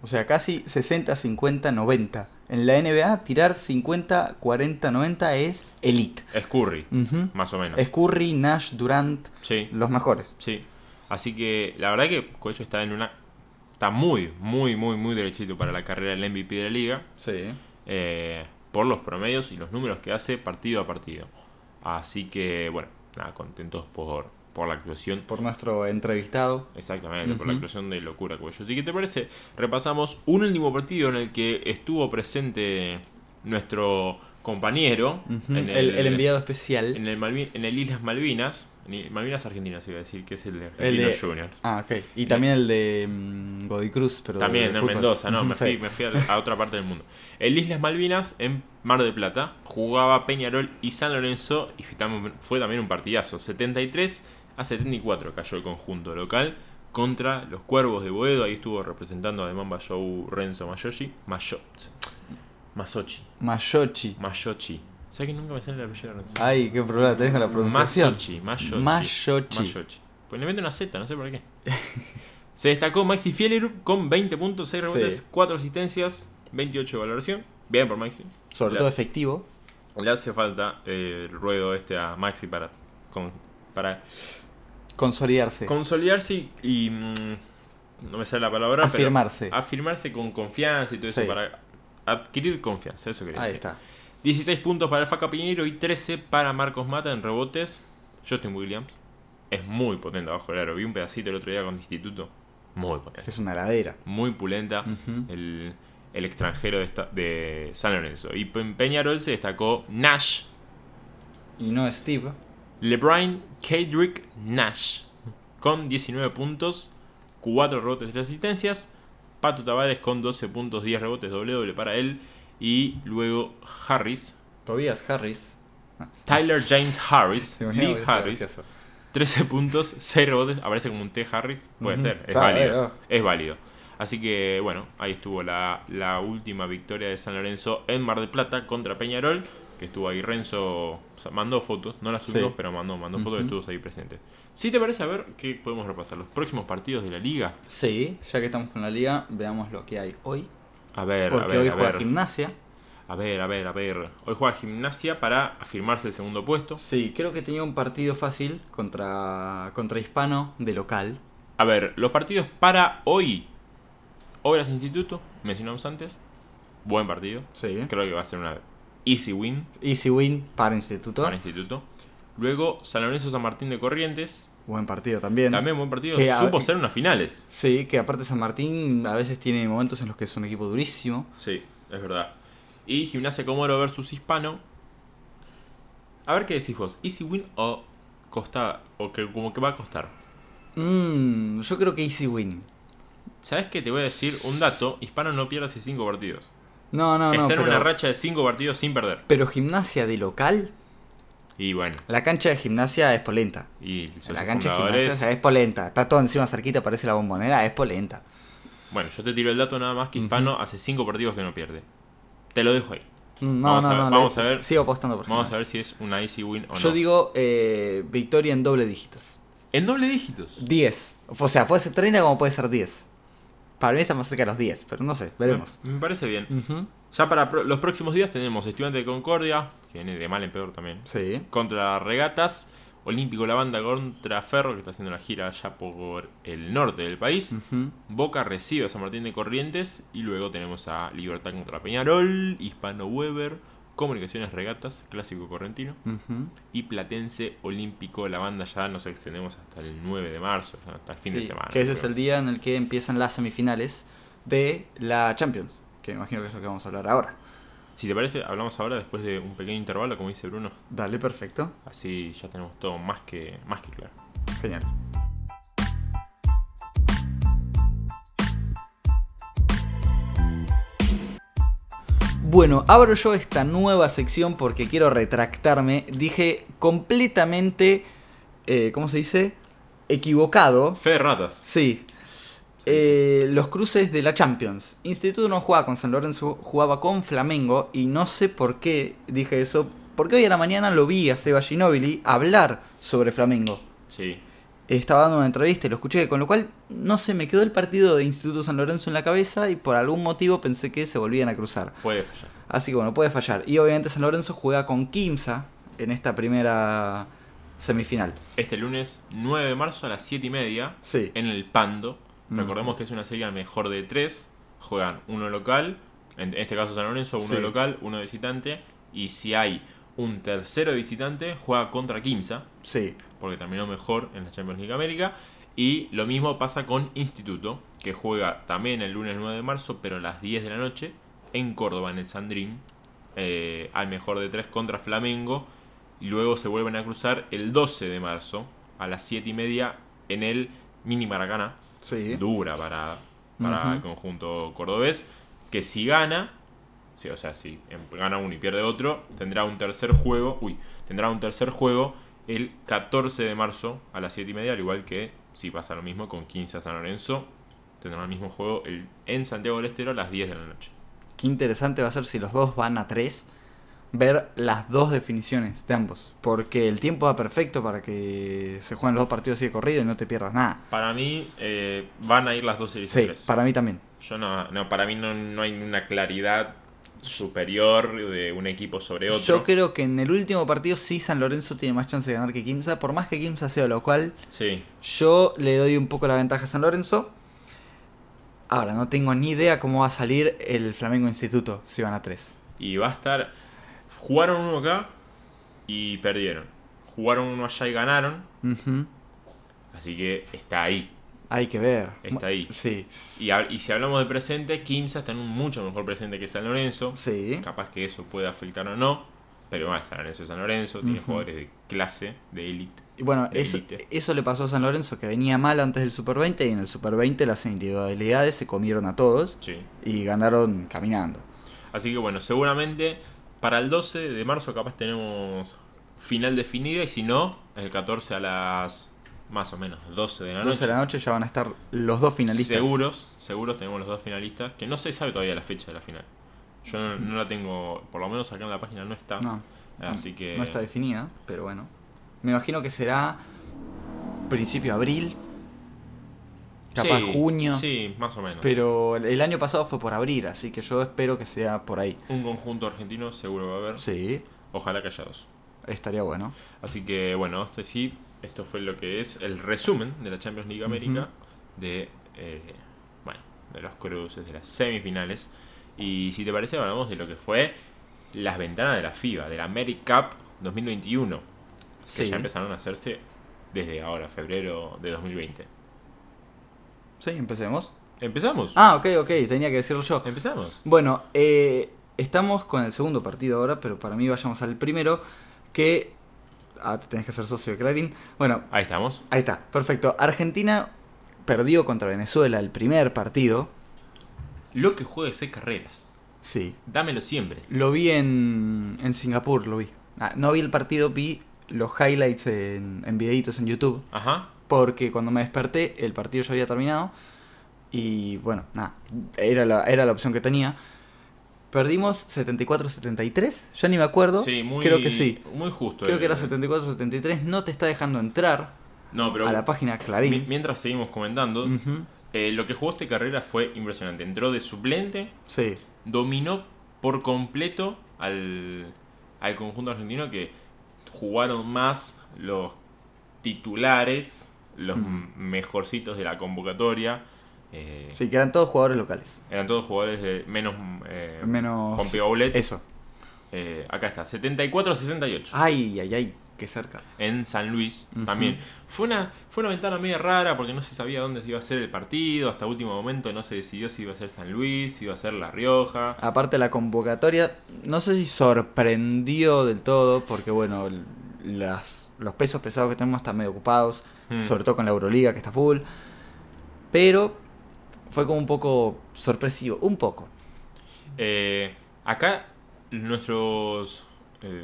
[SPEAKER 2] O sea, casi 60, 50, 90. En la NBA, tirar 50, 40, 90 es elite.
[SPEAKER 1] Es Curry,
[SPEAKER 2] Ujú.
[SPEAKER 1] más o menos.
[SPEAKER 2] Mm. Es Curry, Nash, Durant,
[SPEAKER 1] Sí,
[SPEAKER 2] los mejores.
[SPEAKER 1] sí. Así que la verdad que Coelho está en una. Está muy, muy, muy, muy derechito para la carrera del MVP de la liga.
[SPEAKER 2] Sí.
[SPEAKER 1] eh, por los promedios y los números que hace partido a partido. Así que, bueno, nada, contentos por, por la actuación.
[SPEAKER 2] Por nuestro entrevistado.
[SPEAKER 1] Exactamente, por la
[SPEAKER 2] Ujú.
[SPEAKER 1] actuación de locura Cuello. Así que te parece, repasamos un último partido en el que estuvo presente nuestro compañero,
[SPEAKER 2] Ujú. el, el enviado especial.
[SPEAKER 1] en el, Malvi- en el Islas Malvinas, en il- Malvinas Argentinas iba a decir, que es el de
[SPEAKER 2] El
[SPEAKER 1] Argentinos
[SPEAKER 2] de-
[SPEAKER 1] Juniors.
[SPEAKER 2] Ah, ok. Y también el de mm, Godoy Cruz, pero de
[SPEAKER 1] También en
[SPEAKER 2] fútbol.
[SPEAKER 1] Mendoza, no,
[SPEAKER 2] Ujú,
[SPEAKER 1] me
[SPEAKER 2] sí.
[SPEAKER 1] fui, me fui a, a otra parte del mundo. El Islas Malvinas en Mar del Plata jugaba Peñarol y San Lorenzo y fue tam- fue también un partidazo. 73 a 74 cayó el conjunto local contra los Cuervos de Boedo. Ahí estuvo representando a Demamba Show Renzo Mayoshi. Mayo, Masochi.
[SPEAKER 2] Mayochi.
[SPEAKER 1] Mayochi. ¿Sabes que nunca me sale el apellido de Renzo?
[SPEAKER 2] Ay, qué problema tenés con la pronunciación.
[SPEAKER 1] Masochi, Masochi.
[SPEAKER 2] Masochi.
[SPEAKER 1] Masochi. Pues le mete una Z, no sé por qué. Se destacó Maxi Fielerup con 20 puntos, 6 rebotes,
[SPEAKER 2] Sí.
[SPEAKER 1] 4 asistencias, 28 de valoración. Bien por Maxi.
[SPEAKER 2] Sobre
[SPEAKER 1] La-
[SPEAKER 2] todo efectivo.
[SPEAKER 1] Le hace falta eh, el ruedo este a Maxi para, con- para
[SPEAKER 2] Consolidarse.
[SPEAKER 1] consolidarse y, y, mm, no me sale la palabra,
[SPEAKER 2] afirmarse.
[SPEAKER 1] pero afirmarse con confianza y todo
[SPEAKER 2] Sí.
[SPEAKER 1] eso para adquirir confianza, eso quería
[SPEAKER 2] Ahí
[SPEAKER 1] decir.
[SPEAKER 2] está.
[SPEAKER 1] 16 puntos para el Faca Piñero y 13 para Marcos Mata en rebotes. Justin Williams es muy potente abajo del aro. Vi un pedacito el otro día con Instituto. Muy
[SPEAKER 2] Que
[SPEAKER 1] potente.
[SPEAKER 2] es una heladera.
[SPEAKER 1] Muy pulenta
[SPEAKER 2] Ujú.
[SPEAKER 1] el, el extranjero de, esta- de San Lorenzo. Y en Peñarol se destacó Nash,
[SPEAKER 2] Y no Steve.
[SPEAKER 1] LeBron Kendrick Nash con 19 puntos, 4 rebotes y asistencias. Pato Tavares con 12 puntos, 10 rebotes, doble doble para él. Y luego Harris,
[SPEAKER 2] Tobias Harris.
[SPEAKER 1] Tyler James Harris,
[SPEAKER 2] Se me olvidaba
[SPEAKER 1] Lee
[SPEAKER 2] que era
[SPEAKER 1] Harris,
[SPEAKER 2] gracioso.
[SPEAKER 1] 13 puntos, 0 rebotes, aparece como un T Harris, puede
[SPEAKER 2] Ujú.
[SPEAKER 1] ser, es
[SPEAKER 2] Claro,
[SPEAKER 1] válido,
[SPEAKER 2] eh,
[SPEAKER 1] es válido. Así que bueno, ahí estuvo la, la última victoria de San Lorenzo en Mar del Plata contra Peñarol, que estuvo ahí Renzo, o sea, mandó fotos, no las subimos,
[SPEAKER 2] Sí.
[SPEAKER 1] pero mandó, mandó fotos,
[SPEAKER 2] Ujú.
[SPEAKER 1] estuvo ahí presente. Si te parece, a ver qué podemos repasar, los próximos partidos de la liga.
[SPEAKER 2] Sí, ya que estamos con la liga, veamos lo que hay hoy.
[SPEAKER 1] A ver, a
[SPEAKER 2] Porque
[SPEAKER 1] ver,
[SPEAKER 2] hoy
[SPEAKER 1] a
[SPEAKER 2] juega
[SPEAKER 1] ver,
[SPEAKER 2] gimnasia.
[SPEAKER 1] a ver, a ver, a ver. Hoy juega gimnasia para afirmarse el segundo puesto.
[SPEAKER 2] Sí, creo que tenía un partido fácil contra, contra Hispano de local.
[SPEAKER 1] A ver, los partidos para hoy. Obras Instituto, mencionamos antes. Buen partido.
[SPEAKER 2] Sí.
[SPEAKER 1] Creo que va a ser una easy win
[SPEAKER 2] Easy win para Instituto.
[SPEAKER 1] para Instituto. Luego San Lorenzo San Martín de Corrientes.
[SPEAKER 2] Buen partido también.
[SPEAKER 1] También buen partido.
[SPEAKER 2] Que a-
[SPEAKER 1] Supo ser unas finales.
[SPEAKER 2] Sí, que aparte San Martín a veces tiene momentos en los que es un equipo durísimo.
[SPEAKER 1] Sí, es verdad. Y Gimnasia Comoro versus Hispano. A ver qué decís vos. Easy win o costa o que como que va a costar.
[SPEAKER 2] Mm, yo creo que Easy Win.
[SPEAKER 1] ¿Sabes qué? Te voy a decir un dato. Hispano no pierde hace 5 partidos.
[SPEAKER 2] No, no,
[SPEAKER 1] Está
[SPEAKER 2] no.
[SPEAKER 1] en
[SPEAKER 2] Pero,
[SPEAKER 1] una racha de 5 partidos sin perder.
[SPEAKER 2] pero gimnasia de local,
[SPEAKER 1] Y bueno.
[SPEAKER 2] la cancha de gimnasia es polenta.
[SPEAKER 1] Y sus
[SPEAKER 2] La cancha de
[SPEAKER 1] fundadores-
[SPEAKER 2] gimnasia o sea, es polenta. Está todo encima cerquita, parece la bombonera, es polenta.
[SPEAKER 1] Bueno, yo te tiro el dato nada más que Hispano hace 5 partidos que no pierde. Te lo dejo ahí.
[SPEAKER 2] Mm, No,
[SPEAKER 1] Vamos
[SPEAKER 2] no,
[SPEAKER 1] a ver,
[SPEAKER 2] no.
[SPEAKER 1] vamos
[SPEAKER 2] le-
[SPEAKER 1] a ver.
[SPEAKER 2] Sigo apostando por
[SPEAKER 1] Vamos a
[SPEAKER 2] gimnasia.
[SPEAKER 1] ver si es una easy win o no.
[SPEAKER 2] Yo digo eh, victoria en doble dígitos.
[SPEAKER 1] En doble dígitos.
[SPEAKER 2] 10. O sea, puede ser 30 como puede ser 10. Para mí está más cerca de los 10, pero no sé, veremos.
[SPEAKER 1] Me, me parece bien.
[SPEAKER 2] Ujú.
[SPEAKER 1] Ya para pro- los próximos días tenemos Estudiante de Concordia, que viene de mal en peor también.
[SPEAKER 2] Sí.
[SPEAKER 1] Contra Regatas, Olímpico La Banda contra Ferro, que está haciendo la gira allá por el norte del país.
[SPEAKER 2] Ujú.
[SPEAKER 1] Boca recibe a San Martín de Corrientes y luego tenemos a Libertad contra Peñarol, Hispano Weber, Comunicaciones Regatas, Clásico Correntino.
[SPEAKER 2] Ujú.
[SPEAKER 1] y Platense Olímpico. La banda ya nos extendemos hasta el 9 de marzo, ya hasta el fin de
[SPEAKER 2] Sí,
[SPEAKER 1] semana.
[SPEAKER 2] Que ese es
[SPEAKER 1] creo.
[SPEAKER 2] el día en el que empiezan las semifinales de la Champions, que me imagino que es lo que vamos a hablar ahora.
[SPEAKER 1] Si te parece, hablamos ahora después de un pequeño intervalo, como dice Bruno.
[SPEAKER 2] Dale, perfecto.
[SPEAKER 1] Así ya tenemos todo más que, más que claro.
[SPEAKER 2] Genial. Bueno, abro yo esta nueva sección porque quiero retractarme. Dije completamente, eh, ¿cómo se dice? Equivocado.
[SPEAKER 1] Fe de ratas.
[SPEAKER 2] Sí.
[SPEAKER 1] Sí,
[SPEAKER 2] Eh, Los cruces de la Champions. Instituto no jugaba con San Lorenzo, jugaba con Flamengo y no sé por qué dije eso. Porque hoy a la mañana lo vi a Seba Ginobili hablar sobre Flamengo.
[SPEAKER 1] Sí.
[SPEAKER 2] Estaba dando una entrevista y lo escuché, con lo cual, no sé, me quedó el partido de Instituto San Lorenzo en la cabeza y por algún motivo pensé que se volvían a cruzar.
[SPEAKER 1] Puede fallar.
[SPEAKER 2] Así que bueno, puede fallar. Y obviamente San Lorenzo juega con Kimsa en esta primera semifinal.
[SPEAKER 1] Este lunes 9 de marzo a las 7 y media
[SPEAKER 2] Sí.
[SPEAKER 1] en el Pando.
[SPEAKER 2] Mm.
[SPEAKER 1] Recordemos que es una serie al mejor de tres. Juegan uno local, en este caso San Lorenzo, uno
[SPEAKER 2] Sí.
[SPEAKER 1] local, uno visitante. Y si hay un tercero de visitante, juega contra Kimsa,
[SPEAKER 2] Sí.
[SPEAKER 1] porque terminó mejor en la Champions League América. Y lo mismo pasa con Instituto, que juega también el lunes 9 de marzo, pero a las 10 de la noche, en Córdoba, en el Sandrín, eh, al mejor de tres contra Flamengo. Y luego se vuelven a cruzar el 12 de marzo, a las 7 y media, en el Mini Maracaná.
[SPEAKER 2] Sí.
[SPEAKER 1] Dura para, para el
[SPEAKER 2] Ujú.
[SPEAKER 1] conjunto cordobés, que si gana, sí, o sea, si em- gana uno y pierde otro, tendrá un tercer juego, uy, tendrá un tercer juego el 14 de marzo a las 7 y media, al igual que si pasa lo mismo con 15 a San Lorenzo, tendrá el mismo juego el- en Santiago del Estero a las 10 de la noche.
[SPEAKER 2] Qué interesante va a ser si los dos van a tres. Ver las dos definiciones de ambos. Porque el tiempo da perfecto para que se jueguen los dos partidos así de corrido y no te pierdas nada.
[SPEAKER 1] Para mí eh, van a ir las dos series a
[SPEAKER 2] Sí,
[SPEAKER 1] tres.
[SPEAKER 2] para mí también.
[SPEAKER 1] Yo no, no, para mí no, no hay una claridad superior de un equipo sobre otro.
[SPEAKER 2] Yo creo que en el último partido sí San Lorenzo tiene más chance de ganar que Kimsa. Por más que Kimsa sea local,
[SPEAKER 1] Sí,
[SPEAKER 2] yo le doy un poco la ventaja a San Lorenzo. Ahora, no tengo ni idea cómo va a salir el Flamengo Instituto si van a tres.
[SPEAKER 1] Y va a estar. Jugaron uno acá y perdieron. Jugaron uno allá y ganaron.
[SPEAKER 2] Ujú.
[SPEAKER 1] Así que está ahí.
[SPEAKER 2] Hay que ver.
[SPEAKER 1] Está ahí.
[SPEAKER 2] Sí,
[SPEAKER 1] Y, hab- y si hablamos de presente, Kimsa está en un mucho mejor presente que San Lorenzo.
[SPEAKER 2] sí.
[SPEAKER 1] Capaz que eso puede afectar o no. Pero bueno, San Lorenzo es San Lorenzo. Tiene
[SPEAKER 2] Ujú.
[SPEAKER 1] jugadores de clase, de élite.
[SPEAKER 2] Y bueno,
[SPEAKER 1] De
[SPEAKER 2] eso,
[SPEAKER 1] élite.
[SPEAKER 2] eso le pasó a San Lorenzo, que venía mal antes del Super 20 y en el Super 20 las individualidades se comieron a todos
[SPEAKER 1] Sí.
[SPEAKER 2] y ganaron caminando.
[SPEAKER 1] Así que bueno, seguramente para el 12 de marzo capaz tenemos final definida. Y si no, el 14 a las más o menos 12 de la noche.
[SPEAKER 2] 12 de la noche ya van a estar los dos finalistas.
[SPEAKER 1] Seguros, seguros tenemos los dos finalistas, que no se sabe todavía la fecha de la final. Yo no, no la tengo, por lo menos acá en la página no está.
[SPEAKER 2] No,
[SPEAKER 1] así que
[SPEAKER 2] no está definida, pero bueno. Me imagino que será principio de abril, capaz
[SPEAKER 1] Sí,
[SPEAKER 2] junio.
[SPEAKER 1] Sí, más o menos.
[SPEAKER 2] Pero el año pasado fue por abril, así que yo espero que sea por ahí.
[SPEAKER 1] Un conjunto argentino seguro va a haber.
[SPEAKER 2] Sí,
[SPEAKER 1] Ojalá que haya dos.
[SPEAKER 2] estaría bueno.
[SPEAKER 1] Así que bueno, este sí, esto fue lo que es el resumen de la Champions League América, de eh, bueno, de los cruces, de las semifinales. Y si te parece, hablamos de lo que fue las ventanas de la FIBA, de la America Cup 2021, que
[SPEAKER 2] Sí.
[SPEAKER 1] ya empezaron a hacerse desde ahora, febrero de 2020.
[SPEAKER 2] Sí, empecemos.
[SPEAKER 1] ¿Empezamos?
[SPEAKER 2] Ah, ok, ok, tenía que decirlo yo.
[SPEAKER 1] ¿Empezamos?
[SPEAKER 2] Bueno, eh, estamos con el segundo partido ahora, pero para mí vayamos al primero, que... Ah, te tenés que ser socio de Clarín. Bueno,
[SPEAKER 1] Ahí estamos.
[SPEAKER 2] ahí está, perfecto. Argentina perdió contra Venezuela el primer partido.
[SPEAKER 1] Lo que juegue es carreras.
[SPEAKER 2] Sí.
[SPEAKER 1] Dámelo siempre.
[SPEAKER 2] Lo vi en, en Singapur, lo vi. Ah, no vi el partido, vi los highlights en, en videitos en YouTube,
[SPEAKER 1] Ajá.
[SPEAKER 2] porque cuando me desperté el partido ya había terminado y bueno, nada, era la, era la opción que tenía. Perdimos 74-73, ya ni me acuerdo.
[SPEAKER 1] Sí, muy,
[SPEAKER 2] Creo que sí.
[SPEAKER 1] Muy justo. eh.
[SPEAKER 2] Creo
[SPEAKER 1] el-
[SPEAKER 2] que era 74-73, no te está dejando entrar
[SPEAKER 1] No, pero
[SPEAKER 2] a la página
[SPEAKER 1] mi-
[SPEAKER 2] Clarín.
[SPEAKER 1] mientras seguimos comentando,
[SPEAKER 2] Ujú,
[SPEAKER 1] Eh, lo que jugó este carrera fue impresionante. Entró de suplente,
[SPEAKER 2] Sí,
[SPEAKER 1] dominó por completo al, al conjunto argentino que jugaron más los titulares, los
[SPEAKER 2] Mm.
[SPEAKER 1] mejorcitos de la convocatoria. Eh,
[SPEAKER 2] sí, que eran todos jugadores locales.
[SPEAKER 1] Eran todos jugadores de menos, eh,
[SPEAKER 2] Menos-
[SPEAKER 1] Juan Piaulet.
[SPEAKER 2] Eso.
[SPEAKER 1] Eh, acá está,
[SPEAKER 2] Ah,
[SPEAKER 1] 74-68
[SPEAKER 2] Ay, ay, ay, qué cerca.
[SPEAKER 1] en San Luis
[SPEAKER 2] Ujú.
[SPEAKER 1] también. Fue una, fue una ventana media rara porque no se sabía dónde se iba a hacer el partido, hasta último momento no se decidió si iba a ser San Luis, si iba a ser La Rioja.
[SPEAKER 2] Aparte la convocatoria, no sé si sorprendió del todo, porque bueno, l- las, los pesos pesados que tenemos están medio ocupados,
[SPEAKER 1] Mm.
[SPEAKER 2] sobre todo con la Euroliga que está full, pero fue como un poco sorpresivo, un poco.
[SPEAKER 1] Eh, acá nuestros eh,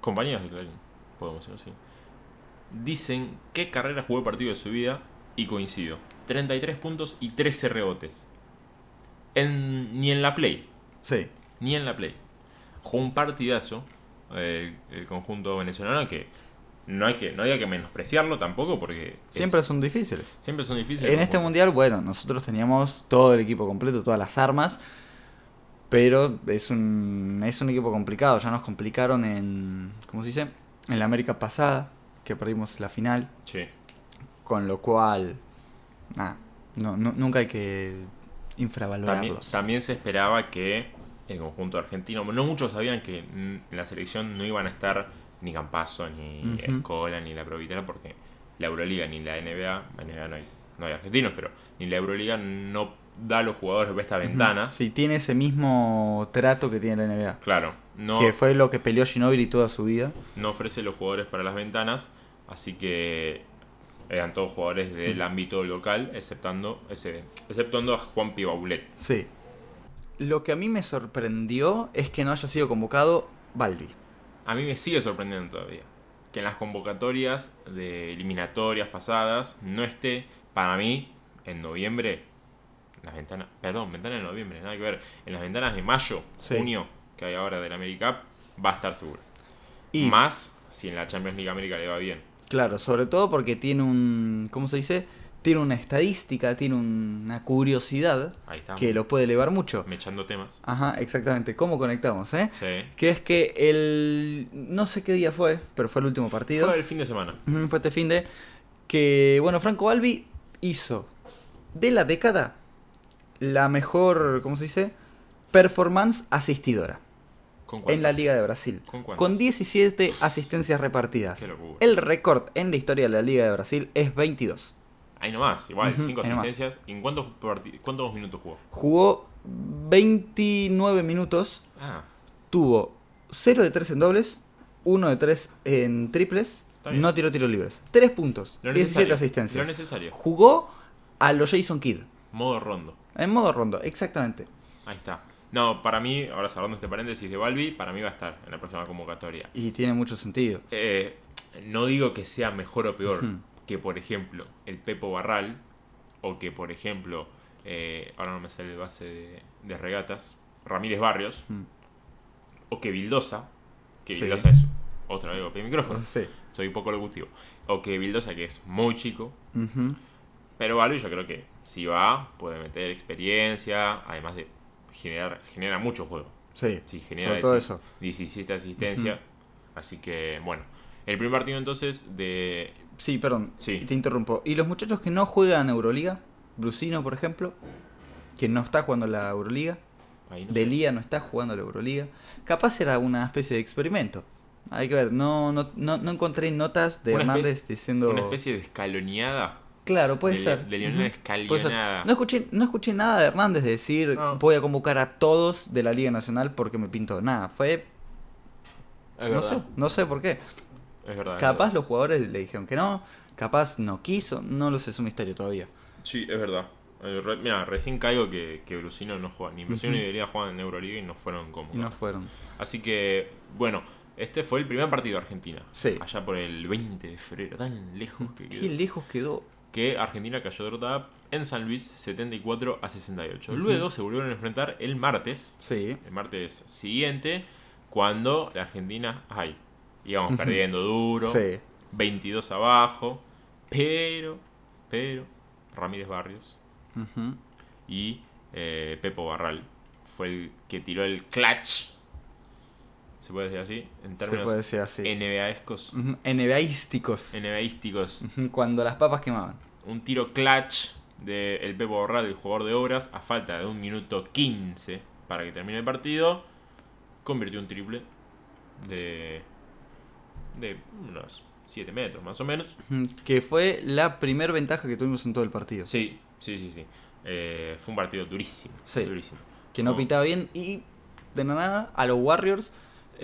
[SPEAKER 1] compañeros de Clarín, podemos decirlo así, dicen qué carrera jugó el partido de su vida y coincido. 33 puntos y 13 rebotes. En- ni en la Play,
[SPEAKER 2] Sí.
[SPEAKER 1] ni en la Play. jugó un partidazo eh, el conjunto venezolano que no hay que no hay que menospreciarlo tampoco porque es-
[SPEAKER 2] Siempre son difíciles.
[SPEAKER 1] siempre son difíciles.
[SPEAKER 2] En este
[SPEAKER 1] conjuntos.
[SPEAKER 2] mundial, bueno, nosotros teníamos todo el equipo completo, todas las armas, pero es un, es un equipo complicado. Ya nos complicaron en, ¿cómo se dice? En la América pasada, que perdimos la final,
[SPEAKER 1] Sí.
[SPEAKER 2] con lo cual, nada, no, nu- nunca hay que
[SPEAKER 1] También,
[SPEAKER 2] infravalorarlos.
[SPEAKER 1] también se esperaba que el conjunto argentino, no muchos sabían que mm, en la selección no iban a estar ni Campazo, ni
[SPEAKER 2] Ujú.
[SPEAKER 1] Escola, ni la Provitera, porque la Euroliga ni la NBA, en NBA no hay, no hay argentinos, pero ni la Euroliga no da a los jugadores de esta ventana.
[SPEAKER 2] Sí, tiene ese mismo trato que tiene la NBA,
[SPEAKER 1] Claro, no,
[SPEAKER 2] que fue lo que peleó Ginobili toda su vida.
[SPEAKER 1] no ofrece los jugadores para las ventanas, así que eran todos jugadores del ámbito local, exceptando, ese, exceptuando a Juan Pibaulet.
[SPEAKER 2] Sí. Lo que a mí me sorprendió es que no haya sido convocado Balbi.
[SPEAKER 1] A mí me sigue sorprendiendo todavía que en las convocatorias de eliminatorias pasadas no esté, para mí, en noviembre, en las ventanas, perdón, ventanas de noviembre, nada que ver, en las ventanas de mayo,
[SPEAKER 2] Sí.
[SPEAKER 1] junio, que hay ahora del America Cup, va a estar seguro.
[SPEAKER 2] Y-
[SPEAKER 1] Más si en la Champions League América le va bien.
[SPEAKER 2] Claro, sobre todo porque tiene un. ¿Cómo se dice? Tiene una estadística, tiene una curiosidad
[SPEAKER 1] Ahí está,
[SPEAKER 2] que lo puede elevar mucho.
[SPEAKER 1] me echando temas.
[SPEAKER 2] Ajá, exactamente. ¿Cómo conectamos, eh?
[SPEAKER 1] Sí.
[SPEAKER 2] Que es que el. No sé qué día fue, pero fue el último partido.
[SPEAKER 1] Fue el fin de semana.
[SPEAKER 2] Ujú, fue este fin de. Que, bueno, Franco Balbi hizo de la década la mejor. ¿Cómo se dice? Performance asistidora
[SPEAKER 1] ¿Con cuántos?
[SPEAKER 2] en la Liga de Brasil.
[SPEAKER 1] ¿Con cuántos?
[SPEAKER 2] 17 asistencias repartidas.
[SPEAKER 1] Qué locura.
[SPEAKER 2] El récord en la historia de la Liga de Brasil es 22.
[SPEAKER 1] Ahí nomás, igual,
[SPEAKER 2] Ujú,
[SPEAKER 1] 5
[SPEAKER 2] ahí nomás.
[SPEAKER 1] asistencias. ¿Y en cuántos, parti- cuántos minutos jugó?
[SPEAKER 2] Jugó 29 minutos,
[SPEAKER 1] Ah,
[SPEAKER 2] tuvo 0 de 3 en dobles, 1 de 3 en triples,
[SPEAKER 1] Está bien.
[SPEAKER 2] no tiró tiros libres. 3 puntos,
[SPEAKER 1] lo
[SPEAKER 2] 17
[SPEAKER 1] necesario. Lo
[SPEAKER 2] asistencias.
[SPEAKER 1] necesario.
[SPEAKER 2] Jugó a lo Jason Kidd,
[SPEAKER 1] Modo rondo.
[SPEAKER 2] en modo rondo, exactamente.
[SPEAKER 1] Ahí está. No, para mí, ahora cerrando este paréntesis de Balbi, para mí va a estar en la próxima convocatoria.
[SPEAKER 2] Y tiene mucho sentido.
[SPEAKER 1] Eh, no digo que sea mejor o peor
[SPEAKER 2] Ujú.
[SPEAKER 1] que, por ejemplo, el Pepo Barral o que, por ejemplo, eh, ahora no me sale el base de, de regatas, Ramírez Barrios
[SPEAKER 2] Ujú.
[SPEAKER 1] o que Vildosa, que
[SPEAKER 2] Sí.
[SPEAKER 1] Vildosa es otra vez golpeé el micrófono,
[SPEAKER 2] Sí.
[SPEAKER 1] soy poco locutivo, o que Vildosa que es muy chico,
[SPEAKER 2] Ujú.
[SPEAKER 1] pero Balbi yo creo que si va, puede meter experiencia, además de generar genera mucho juego.
[SPEAKER 2] Sí,
[SPEAKER 1] Sí,
[SPEAKER 2] sobre
[SPEAKER 1] genera
[SPEAKER 2] todo
[SPEAKER 1] 17
[SPEAKER 2] eso.
[SPEAKER 1] 17 asistencia. Así que, bueno. El primer partido entonces de...
[SPEAKER 2] Sí, perdón,
[SPEAKER 1] Sí.
[SPEAKER 2] te interrumpo. ¿Y los muchachos que no juegan Euroliga? Brusino, por ejemplo, que no está jugando la Euroliga.
[SPEAKER 1] Ahí no sé.
[SPEAKER 2] Delía no está jugando la Euroliga. Capaz era una especie de experimento. Hay que ver, no, no, no, no encontré notas de
[SPEAKER 1] Una espe-
[SPEAKER 2] Hernández diciendo.
[SPEAKER 1] Una especie de escaloneada.
[SPEAKER 2] Claro, puede
[SPEAKER 1] de-
[SPEAKER 2] ser.
[SPEAKER 1] de Lionel
[SPEAKER 2] Ujú. Puede ser.
[SPEAKER 1] Scalionada.
[SPEAKER 2] No escuché, no escuché nada de Hernández de decir
[SPEAKER 1] No.
[SPEAKER 2] voy a convocar a todos de la Liga Nacional porque me pintó. Nada, fue. No sé, no sé por qué.
[SPEAKER 1] Es verdad. es
[SPEAKER 2] Capaz
[SPEAKER 1] verdad.
[SPEAKER 2] los jugadores le dijeron que no, capaz no quiso, no lo sé, es un misterio todavía.
[SPEAKER 1] Sí, es verdad. Eh, re- Mira, recién caigo que, que Brusino no juega. Ni Brusino ni Delia juegan en Euroliga y no fueron
[SPEAKER 2] Y no
[SPEAKER 1] cómodos.
[SPEAKER 2] fueron.
[SPEAKER 1] Así que, bueno. Este fue el primer partido de Argentina.
[SPEAKER 2] Sí.
[SPEAKER 1] Allá por el 20 de febrero. Tan lejos que
[SPEAKER 2] Qué
[SPEAKER 1] quedó.
[SPEAKER 2] lejos quedó.
[SPEAKER 1] que Argentina cayó derrotada en San Luis 74 a 68. Luego se volvieron a enfrentar el martes,
[SPEAKER 2] Sí.
[SPEAKER 1] el martes siguiente, cuando la Argentina, ay, íbamos perdiendo duro,
[SPEAKER 2] Sí.
[SPEAKER 1] 22 abajo, pero, pero, Ramírez Barrios
[SPEAKER 2] Ujú.
[SPEAKER 1] y eh, Pepo Barral fue el que tiró el clutch. ¿Se puede decir así? En
[SPEAKER 2] Se puede
[SPEAKER 1] términos
[SPEAKER 2] decir Mm. así.
[SPEAKER 1] NBAísticos.
[SPEAKER 2] Ujú, NBAísticos.
[SPEAKER 1] NBAísticos.
[SPEAKER 2] Ujú, Cuando las papas quemaban.
[SPEAKER 1] un tiro clutch del el Pepo Borral, el jugador de obras, a falta de un minuto 15 para que termine el partido. Convirtió un triple de, de unos 7 metros más o menos.
[SPEAKER 2] Ujú, Que fue la primer ventaja que tuvimos en todo el partido.
[SPEAKER 1] Sí, sí, sí, sí. Eh, fue un partido durísimo.
[SPEAKER 2] Sí.
[SPEAKER 1] durísimo.
[SPEAKER 2] Que no
[SPEAKER 1] Oh.
[SPEAKER 2] pitaba bien y de la nada a los Warriors.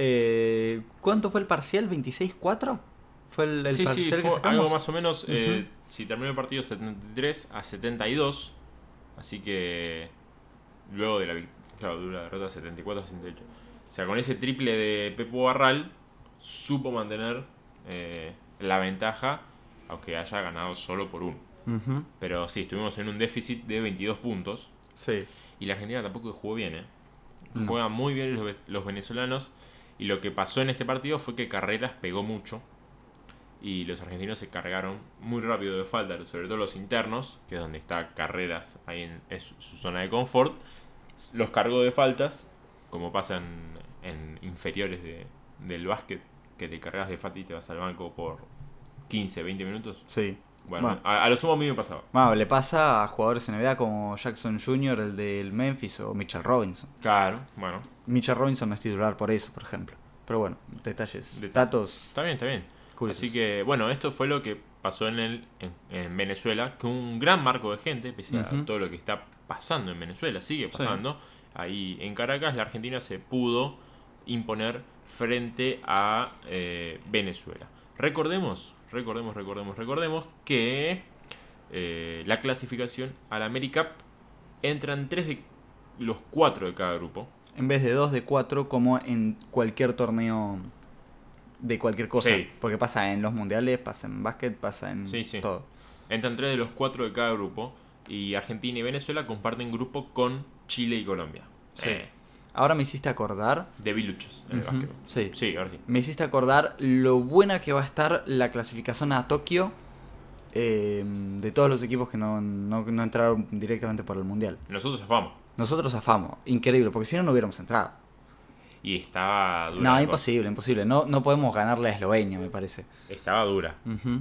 [SPEAKER 2] eh, ¿Cuánto fue el parcial? ¿26-4? ¿Fue el, el
[SPEAKER 1] sí,
[SPEAKER 2] parcial
[SPEAKER 1] sí,
[SPEAKER 2] que
[SPEAKER 1] fue
[SPEAKER 2] sacamos?
[SPEAKER 1] algo más o menos. eh, Si terminó el partido 73 a 72. Así que. Luego de la, vic- claro, de una derrota 74 a 68. O sea, con ese triple de Pepo Barral. Supo mantener eh, la ventaja. Aunque haya ganado solo por uno.
[SPEAKER 2] Ujú,
[SPEAKER 1] Pero sí, estuvimos en un déficit de 22 puntos.
[SPEAKER 2] Sí.
[SPEAKER 1] Y la Argentina tampoco jugó bien, ¿eh? No. Juegan muy bien los, ve- los venezolanos. Y lo que pasó en este partido fue que Carreras pegó mucho. Y los argentinos se cargaron muy rápido de falta, sobre todo los internos, que es donde está Carreras, ahí en, es su- su zona de confort. Los cargó de faltas, como pasa en, en inferiores de- del básquet, que te cargas de falta y te vas al banco por 15, 20 minutos.
[SPEAKER 2] Sí.
[SPEAKER 1] Bueno, ah.
[SPEAKER 2] Bueno.
[SPEAKER 1] A, a lo sumo a mí me pasaba.
[SPEAKER 2] Bueno, le pasa a jugadores en NBA como Jackson Jr., el del Memphis, o Mitchell Robinson.
[SPEAKER 1] Claro, bueno.
[SPEAKER 2] Mitchell Robinson no es titular por eso, por ejemplo. Pero bueno, detalles.
[SPEAKER 1] Det-
[SPEAKER 2] Datos.
[SPEAKER 1] Está bien, está bien.
[SPEAKER 2] Curiosos.
[SPEAKER 1] Así que, bueno, esto fue lo que pasó en, el, en, en Venezuela, que un gran marco de gente, pese
[SPEAKER 2] Ujú.
[SPEAKER 1] a todo lo que está pasando en Venezuela, sigue pasando. Ahí en Caracas, la Argentina se pudo imponer frente a eh, Venezuela. Recordemos, recordemos, recordemos, recordemos que eh, la clasificación a la AmeriCup entran tres de los cuatro de cada grupo.
[SPEAKER 2] En vez de 2 de 4 como en cualquier torneo de cualquier cosa.
[SPEAKER 1] Sí.
[SPEAKER 2] Porque pasa en los mundiales, pasa en básquet, pasa en
[SPEAKER 1] Sí, sí.
[SPEAKER 2] todo.
[SPEAKER 1] Entran tres de los cuatro de cada grupo. Y Argentina y Venezuela comparten grupo con Chile y Colombia.
[SPEAKER 2] Sí.
[SPEAKER 1] Eh,
[SPEAKER 2] Ahora me hiciste acordar.
[SPEAKER 1] de biluchos en el
[SPEAKER 2] Ujú,
[SPEAKER 1] básquetbol.
[SPEAKER 2] sí.
[SPEAKER 1] Sí, ahora sí.
[SPEAKER 2] Me hiciste acordar lo buena que va a estar la clasificación a Tokio eh, de todos los equipos que no, no- no entraron directamente por el mundial.
[SPEAKER 1] Nosotros zafamos.
[SPEAKER 2] Nosotros afamos, increíble, porque si no, no hubiéramos entrado.
[SPEAKER 1] Y estaba dura.
[SPEAKER 2] No,
[SPEAKER 1] la
[SPEAKER 2] imposible, imposible. No, no podemos ganarle a Eslovenia, me parece.
[SPEAKER 1] cosa. Estaba dura.
[SPEAKER 2] Ujú.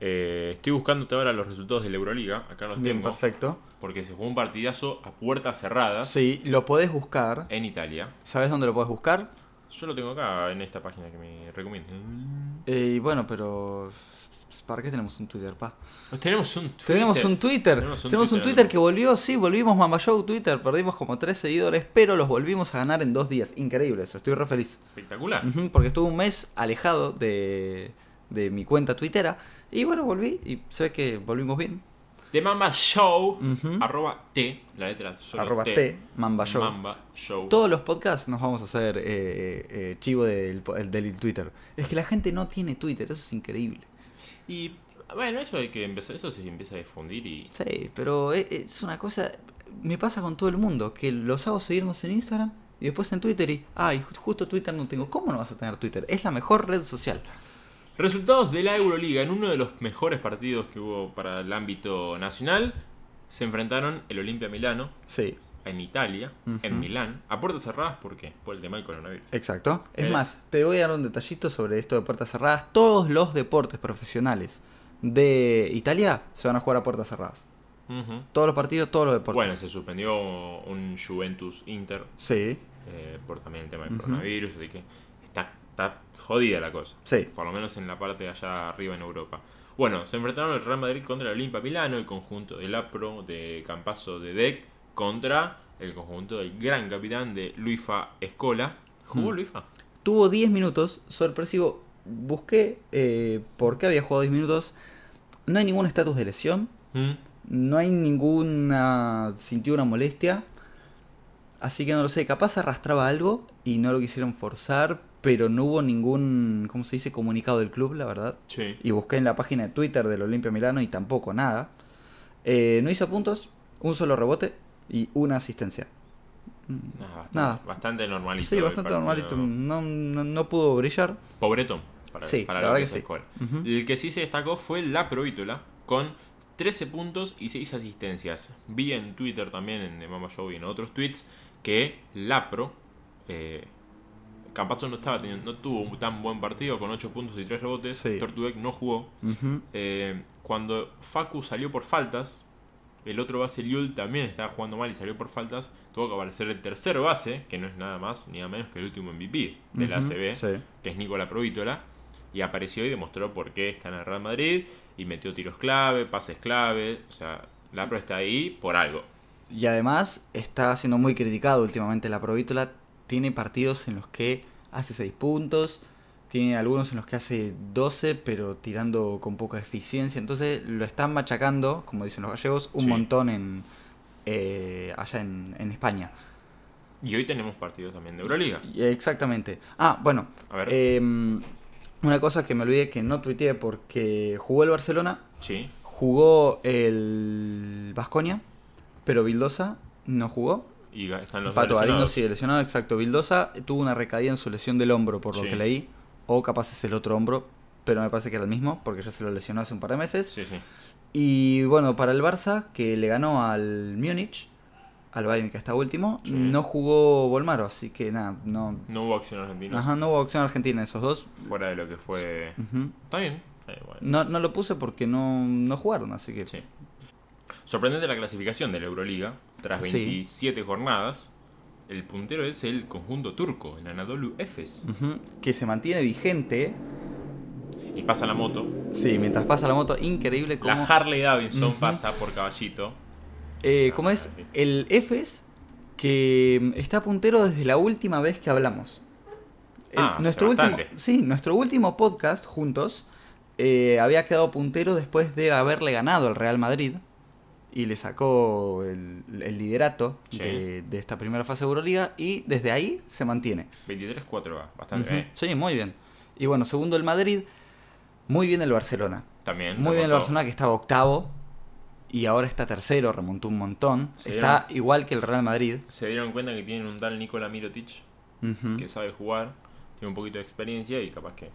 [SPEAKER 1] Eh, estoy buscándote ahora los resultados de la Euroliga. Acá los
[SPEAKER 2] Bien,
[SPEAKER 1] tengo.
[SPEAKER 2] perfecto.
[SPEAKER 1] Porque se jugó un partidazo a puertas cerradas
[SPEAKER 2] Sí, lo podés buscar.
[SPEAKER 1] en Italia.
[SPEAKER 2] ¿Sabes dónde lo podés buscar?
[SPEAKER 1] Yo lo tengo acá en esta página que me recomiendan.
[SPEAKER 2] Eh, Y bueno, pero. ¿Para qué tenemos un Twitter, pa?
[SPEAKER 1] Tenemos un Twitter.
[SPEAKER 2] Tenemos un Twitter. Tenemos un, Twitter que volvió, sí, volvimos Mama Show Twitter. Perdimos como tres seguidores, pero los volvimos a ganar en dos días. Increíble eso, estoy re feliz.
[SPEAKER 1] Espectacular.
[SPEAKER 2] Ujú, Porque estuve un mes alejado de, de mi cuenta twittera. Y bueno, volví y se ve que volvimos bien.
[SPEAKER 1] The Mamba Show,
[SPEAKER 2] Ujú.
[SPEAKER 1] arroba T, la letra solo
[SPEAKER 2] Arroba T, Mamba Show.
[SPEAKER 1] Mamba Show.
[SPEAKER 2] Todos los podcasts nos vamos a hacer eh, eh, chivo del, po- del Twitter. Es que la gente no tiene Twitter, eso es increíble.
[SPEAKER 1] Y bueno, eso hay que empezar, eso se empieza a difundir y
[SPEAKER 2] Sí, pero e- es una cosa. Me pasa con todo el mundo, que los hago seguirnos en Instagram y después en Twitter y. Ay, ju- justo Twitter no tengo. ¿Cómo no vas a tener Twitter? Es la mejor red social.
[SPEAKER 1] Resultados de la Euroliga. En uno de los mejores partidos que hubo para el ámbito nacional, se enfrentaron el Olimpia Milano
[SPEAKER 2] Sí,
[SPEAKER 1] en Italia,
[SPEAKER 2] Ujú.
[SPEAKER 1] en Milán, a puertas cerradas, ¿por qué? Por el tema del coronavirus.
[SPEAKER 2] exacto. Es
[SPEAKER 1] Eh.
[SPEAKER 2] más, te voy a dar un detallito sobre esto de puertas cerradas. Todos los deportes profesionales de Italia se van a jugar a puertas cerradas.
[SPEAKER 1] Ujú.
[SPEAKER 2] Todos los partidos, todos los deportes.
[SPEAKER 1] Bueno, se suspendió un Juventus Inter
[SPEAKER 2] sí,
[SPEAKER 1] eh, por también el tema del
[SPEAKER 2] Ujú.
[SPEAKER 1] coronavirus, así que está, está jodida la cosa.
[SPEAKER 2] sí.
[SPEAKER 1] por lo menos en la parte de allá arriba en Europa. Bueno, se enfrentaron el Real Madrid contra el Olimpia Milano, el conjunto del APRO de Campaso de Dec contra el conjunto del gran capitán de Luifa Escola. ¿Jugó
[SPEAKER 2] Hmm.
[SPEAKER 1] Luifa?
[SPEAKER 2] Tuvo 10 minutos, sorpresivo. Busqué eh, por qué había jugado 10 minutos. No hay ningún estatus de lesión.
[SPEAKER 1] Hmm.
[SPEAKER 2] No hay ninguna. sintió una molestia. Así que no lo sé. Capaz arrastraba algo y no lo quisieron forzar. Pero no hubo ningún. ¿Cómo se dice? comunicado del club, la verdad.
[SPEAKER 1] Sí.
[SPEAKER 2] Y busqué en la página de Twitter del Olimpia Milano y tampoco nada. Eh, no hizo puntos, un solo rebote y una asistencia.
[SPEAKER 1] Nada, Ah, bastante,
[SPEAKER 2] Nada.
[SPEAKER 1] bastante normalito.
[SPEAKER 2] Sí,
[SPEAKER 1] el
[SPEAKER 2] bastante
[SPEAKER 1] partido.
[SPEAKER 2] normalito. No, no, no pudo brillar.
[SPEAKER 1] Pobretón, para,
[SPEAKER 2] Sí,
[SPEAKER 1] para
[SPEAKER 2] la
[SPEAKER 1] lo
[SPEAKER 2] verdad
[SPEAKER 1] que
[SPEAKER 2] que
[SPEAKER 1] es
[SPEAKER 2] sí.
[SPEAKER 1] Escola.
[SPEAKER 2] Ujú.
[SPEAKER 1] El que sí se destacó fue el APRO Vítola con 13 puntos y 6 asistencias. Vi en Twitter también, en The Mama Show y en otros tweets, que Lapro, eh, Campazzo no estaba teniendo, no tuvo un tan buen partido con 8 puntos y 3 rebotes.
[SPEAKER 2] Sí.
[SPEAKER 1] Tortudec no jugó.
[SPEAKER 2] Ujú.
[SPEAKER 1] Eh, cuando Facu salió por faltas, el otro base Liul también estaba jugando mal y salió por faltas. Tuvo que aparecer el tercer base, que no es nada más ni nada menos que el último MVP de la
[SPEAKER 2] Ujú.
[SPEAKER 1] ACB
[SPEAKER 2] Sí.
[SPEAKER 1] que es Nicola Provítola, y apareció y demostró por qué está en el Real Madrid, y metió tiros clave, pases clave, o sea, la pro está ahí por algo.
[SPEAKER 2] Y además está siendo muy criticado últimamente la Provítola. Tiene partidos en los que hace 6 puntos, tiene algunos en los que hace 12, pero tirando con poca eficiencia. Entonces lo están machacando, como dicen los gallegos, un
[SPEAKER 1] Sí.
[SPEAKER 2] montón en eh, allá en, en España.
[SPEAKER 1] Y hoy tenemos partidos también de Euroliga.
[SPEAKER 2] Y- eh, Exactamente. Ah, bueno.
[SPEAKER 1] A ver.
[SPEAKER 2] eh, una cosa que me olvidé que no tuiteé porque jugó el Barcelona,
[SPEAKER 1] Sí,
[SPEAKER 2] jugó el Vasconia, pero Vildosa no jugó.
[SPEAKER 1] y ga- están los
[SPEAKER 2] Pato
[SPEAKER 1] dos
[SPEAKER 2] Galindo
[SPEAKER 1] lesionados.
[SPEAKER 2] sigue lesionado, exacto. Vildosa tuvo una recaída en su lesión del hombro, por lo
[SPEAKER 1] Sí.
[SPEAKER 2] que leí. O capaz es el otro hombro, pero me parece que era el mismo, porque ya se lo lesionó hace un par de meses.
[SPEAKER 1] Sí, sí.
[SPEAKER 2] Y bueno, para el Barça, que le ganó al Múnich, al Bayern que está último,
[SPEAKER 1] Sí.
[SPEAKER 2] no jugó Bolmaro, así que nada, no...
[SPEAKER 1] No hubo acción argentina
[SPEAKER 2] Ajá, no hubo acción argentina esos dos.
[SPEAKER 1] fuera de lo que fue.
[SPEAKER 2] Ujú.
[SPEAKER 1] Está bien. está bien, bueno.
[SPEAKER 2] no, no lo puse porque no, no jugaron, así que...
[SPEAKER 1] Sí. Sorprendente la clasificación de la Euroliga. Tras
[SPEAKER 2] Sí.
[SPEAKER 1] 27 jornadas, el puntero es el conjunto turco, el Anadolu Efes.
[SPEAKER 2] Ujú, Que se mantiene vigente. Mm.
[SPEAKER 1] Y pasa la moto.
[SPEAKER 2] Sí, mientras pasa la moto, increíble como...
[SPEAKER 1] La Harley Davidson
[SPEAKER 2] Ujú.
[SPEAKER 1] pasa por caballito.
[SPEAKER 2] Eh, ¿Cómo es?
[SPEAKER 1] Ah, sí.
[SPEAKER 2] El Efes que mm, está puntero desde la última vez que hablamos. El-
[SPEAKER 1] Ah, hace
[SPEAKER 2] último,
[SPEAKER 1] bastante.
[SPEAKER 2] sí, nuestro último podcast juntos eh, había quedado puntero después de haberle ganado al Real Madrid y le sacó el, el liderato
[SPEAKER 1] Sí.
[SPEAKER 2] de, de esta primera fase de Euroliga y desde ahí se mantiene.
[SPEAKER 1] 23-4 va, bastante eh.
[SPEAKER 2] Ujú.
[SPEAKER 1] bien.
[SPEAKER 2] Sí, muy bien. Y bueno, segundo el Madrid, muy bien el Barcelona.
[SPEAKER 1] También.
[SPEAKER 2] Muy bien el
[SPEAKER 1] remontó.
[SPEAKER 2] Barcelona que estaba octavo y ahora está tercero, remontó un montón.
[SPEAKER 1] Sí,
[SPEAKER 2] está igual que el Real Madrid.
[SPEAKER 1] Se dieron cuenta que tienen un tal Nikola Mirotic
[SPEAKER 2] Ujú.
[SPEAKER 1] que sabe jugar, tiene un poquito de experiencia y capaz que.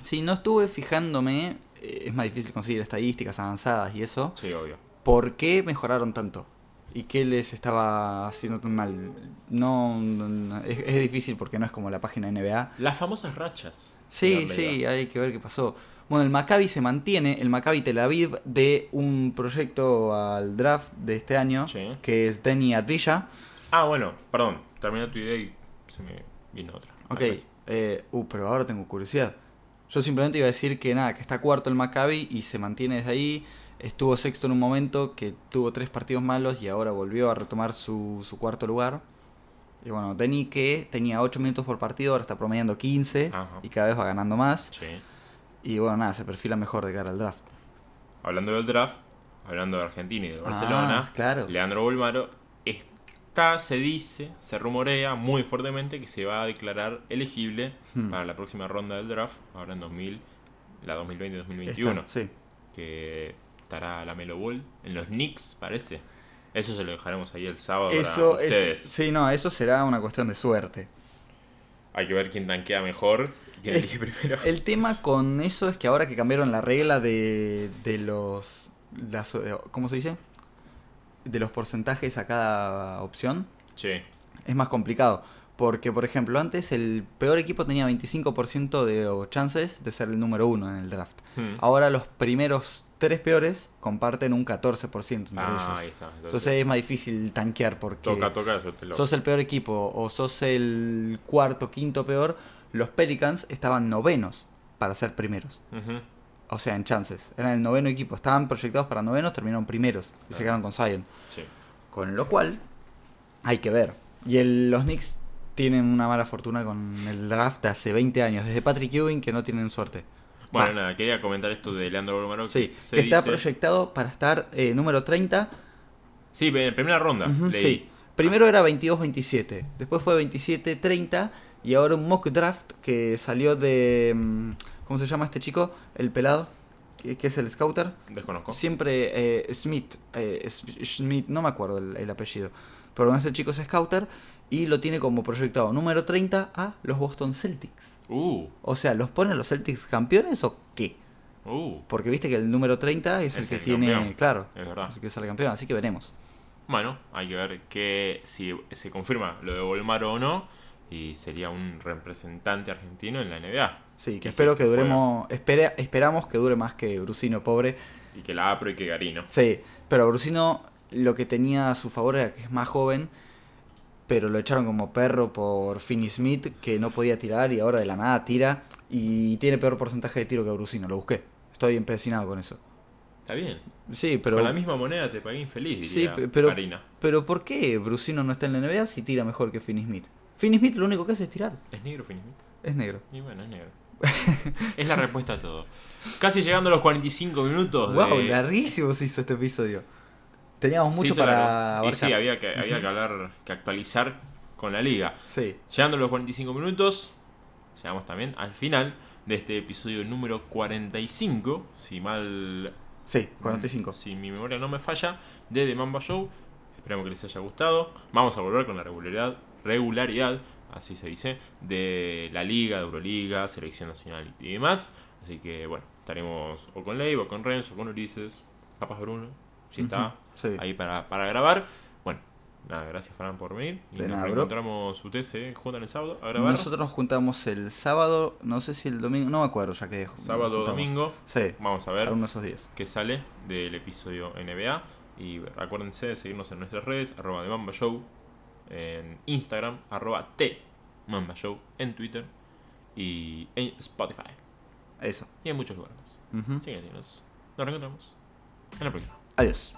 [SPEAKER 2] Sí, no estuve fijándome, eh, es más difícil conseguir estadísticas avanzadas y eso.
[SPEAKER 1] Sí, obvio.
[SPEAKER 2] ¿Por qué mejoraron tanto? ¿Y qué les estaba haciendo tan mal? No, no- no, es, es difícil porque no es como la página NBA.
[SPEAKER 1] Las famosas rachas.
[SPEAKER 2] Sí,
[SPEAKER 1] señor
[SPEAKER 2] sí,
[SPEAKER 1] Leiva.
[SPEAKER 2] hay que ver qué pasó. Bueno, el Maccabi se mantiene, el Maccabi Tel Aviv, de un proyecto al draft de este año,
[SPEAKER 1] Sí.
[SPEAKER 2] que es Denny Advilla.
[SPEAKER 1] Ah, bueno, perdón. Terminé tu idea y se me vino otra. pues.
[SPEAKER 2] Ok,
[SPEAKER 1] Después.
[SPEAKER 2] eh, uh, pero ahora tengo curiosidad. Yo simplemente iba a decir que nada, que está cuarto el Maccabi y se mantiene desde ahí. Estuvo sexto en un momento, que tuvo tres partidos malos y ahora volvió a retomar su, su cuarto lugar. Y bueno, Denny que tenía 8 minutos por partido, ahora está promediando 15
[SPEAKER 1] Ajá.
[SPEAKER 2] y cada vez va ganando más.
[SPEAKER 1] Sí.
[SPEAKER 2] Y bueno, nada, se perfila mejor de cara al draft.
[SPEAKER 1] Hablando del draft, hablando de Argentina y de Barcelona,
[SPEAKER 2] Ah, claro.
[SPEAKER 1] Leandro Bolmaro está, se dice, se rumorea muy fuertemente que se va a declarar elegible
[SPEAKER 2] Hmm.
[SPEAKER 1] para la próxima ronda del draft, ahora en 2000, la
[SPEAKER 2] Está,
[SPEAKER 1] 2020-2021,
[SPEAKER 2] sí.
[SPEAKER 1] que estará la Melo Ball en los Knicks, parece. Eso se lo dejaremos ahí el sábado
[SPEAKER 2] Eso,
[SPEAKER 1] para
[SPEAKER 2] es-
[SPEAKER 1] ustedes.
[SPEAKER 2] sí, no, eso será una cuestión de suerte.
[SPEAKER 1] Hay que ver quién tanquea mejor y quién
[SPEAKER 2] Eh,
[SPEAKER 1] elige primero.
[SPEAKER 2] El tema con eso es que ahora que cambiaron la regla de, de los. las- eh, ¿Cómo se dice? De los porcentajes a cada opción,
[SPEAKER 1] Sí,
[SPEAKER 2] es más complicado. Porque, por ejemplo, antes el peor equipo tenía 25% de chances de ser el número uno en el draft.
[SPEAKER 1] Hmm.
[SPEAKER 2] Ahora los primeros tres peores comparten un 14% entre
[SPEAKER 1] Ah, ahí
[SPEAKER 2] ellos.
[SPEAKER 1] está. Entonces,
[SPEAKER 2] Entonces es más difícil tanquear porque
[SPEAKER 1] toca, toca, yo te lo-
[SPEAKER 2] sos el peor equipo o sos el cuarto, quinto peor, los Pelicans estaban novenos para ser primeros.
[SPEAKER 1] Ujú.
[SPEAKER 2] O sea, en chances. Eran el noveno equipo. Estaban proyectados para novenos, terminaron primeros. Y se quedaron con Zion.
[SPEAKER 1] Sí.
[SPEAKER 2] Con lo cual, hay que ver. Y el- los Knicks tienen una mala fortuna con el draft de hace 20 años. Desde Patrick Ewing que no tienen suerte.
[SPEAKER 1] Bueno,
[SPEAKER 2] Va.
[SPEAKER 1] nada, quería comentar esto de Leandro Bolmaro. que
[SPEAKER 2] Sí, que está
[SPEAKER 1] dice-
[SPEAKER 2] proyectado para estar eh, número 30.
[SPEAKER 1] Sí, en primera ronda.
[SPEAKER 2] Ujú,
[SPEAKER 1] leí.
[SPEAKER 2] sí. Primero era 22-27, después fue 27-30 y ahora un mock draft que salió de... mm, ¿Cómo se llama este chico? El pelado, que, que es el scouter.
[SPEAKER 1] Desconozco.
[SPEAKER 2] Siempre eh, Smith, eh, S- Schmidt, no me acuerdo el, el apellido, pero bueno, ese chico es scouter y lo tiene como proyectado número 30 a los Boston Celtics.
[SPEAKER 1] Uh,
[SPEAKER 2] O sea, ¿los ponen los Celtics campeones o qué?
[SPEAKER 1] uh.
[SPEAKER 2] Porque viste que el número 30 es,
[SPEAKER 1] Es
[SPEAKER 2] el que
[SPEAKER 1] el
[SPEAKER 2] tiene,
[SPEAKER 1] campeón.
[SPEAKER 2] claro,
[SPEAKER 1] Es verdad.
[SPEAKER 2] así que es el campeón, así que veremos.
[SPEAKER 1] Bueno, hay que ver que si se confirma lo de Bolmaro o no. Y sería un representante argentino en la NBA.
[SPEAKER 2] Sí,
[SPEAKER 1] Y
[SPEAKER 2] que espero
[SPEAKER 1] sí,
[SPEAKER 2] que duremos. espere- esperamos que dure más que Brusino, pobre.
[SPEAKER 1] Y que la apro y que Garino.
[SPEAKER 2] Sí, pero Brusino lo que tenía a su favor era que es más joven, pero lo echaron como perro por Finney Smith, que no podía tirar y ahora de la nada tira. Y tiene peor porcentaje de tiro que Brusino, lo busqué. Estoy empecinado con eso.
[SPEAKER 1] Está bien.
[SPEAKER 2] Sí, pero.
[SPEAKER 1] Con la misma moneda te pagué infeliz,
[SPEAKER 2] Sí,
[SPEAKER 1] diría
[SPEAKER 2] pe- pero.
[SPEAKER 1] Karina.
[SPEAKER 2] Pero ¿por qué Brusino no está en la NBA si tira mejor que Finney Smith? Finney Smith lo único que hace es tirar.
[SPEAKER 1] ¿Es negro finalmente?
[SPEAKER 2] Es negro.
[SPEAKER 1] Y bueno, es negro. es la respuesta a todo. Casi llegando a los 45 minutos. de-
[SPEAKER 2] Wow, larguísimo se hizo este episodio. Teníamos
[SPEAKER 1] Se
[SPEAKER 2] mucho
[SPEAKER 1] hizo
[SPEAKER 2] para
[SPEAKER 1] largo. Y
[SPEAKER 2] abarcar.
[SPEAKER 1] sí, había que, había que hablar, que actualizar con la liga.
[SPEAKER 2] Sí.
[SPEAKER 1] Llegando a los 45 minutos, llegamos también al final de este episodio número 45, si mal...
[SPEAKER 2] Sí, 45.
[SPEAKER 1] Mm. Si mi memoria no me falla, de The Mamba Show. Esperamos que les haya gustado. Vamos a volver con la regularidad, regularidad, así se dice, de la Liga, de Euroliga, Selección Nacional y demás. Así que bueno, estaremos o con Leiva, o con Renzo, o con Ulises, capaz Bruno, si está
[SPEAKER 2] Ujú, sí.
[SPEAKER 1] ahí para, para grabar. Bueno, nada, gracias Fran por venir. Y
[SPEAKER 2] De
[SPEAKER 1] nos
[SPEAKER 2] nada, bro.
[SPEAKER 1] reencontramos ustedes se juntan el sábado a grabar.
[SPEAKER 2] Nosotros nos juntamos el sábado, no sé si el domingo, no me acuerdo ya que
[SPEAKER 1] sábado, domingo.
[SPEAKER 2] Sí,
[SPEAKER 1] Vamos a ver.
[SPEAKER 2] algunos de esos días.
[SPEAKER 1] que sale del episodio NBA. Y acuérdense de seguirnos en nuestras redes, arroba de Mamba Show en Instagram, arroba T Mamba Show en Twitter y en Spotify.
[SPEAKER 2] Eso.
[SPEAKER 1] Y en muchos lugares más.
[SPEAKER 2] Ujú.
[SPEAKER 1] Así que nos, nos reencontramos en la próxima.
[SPEAKER 2] Adiós.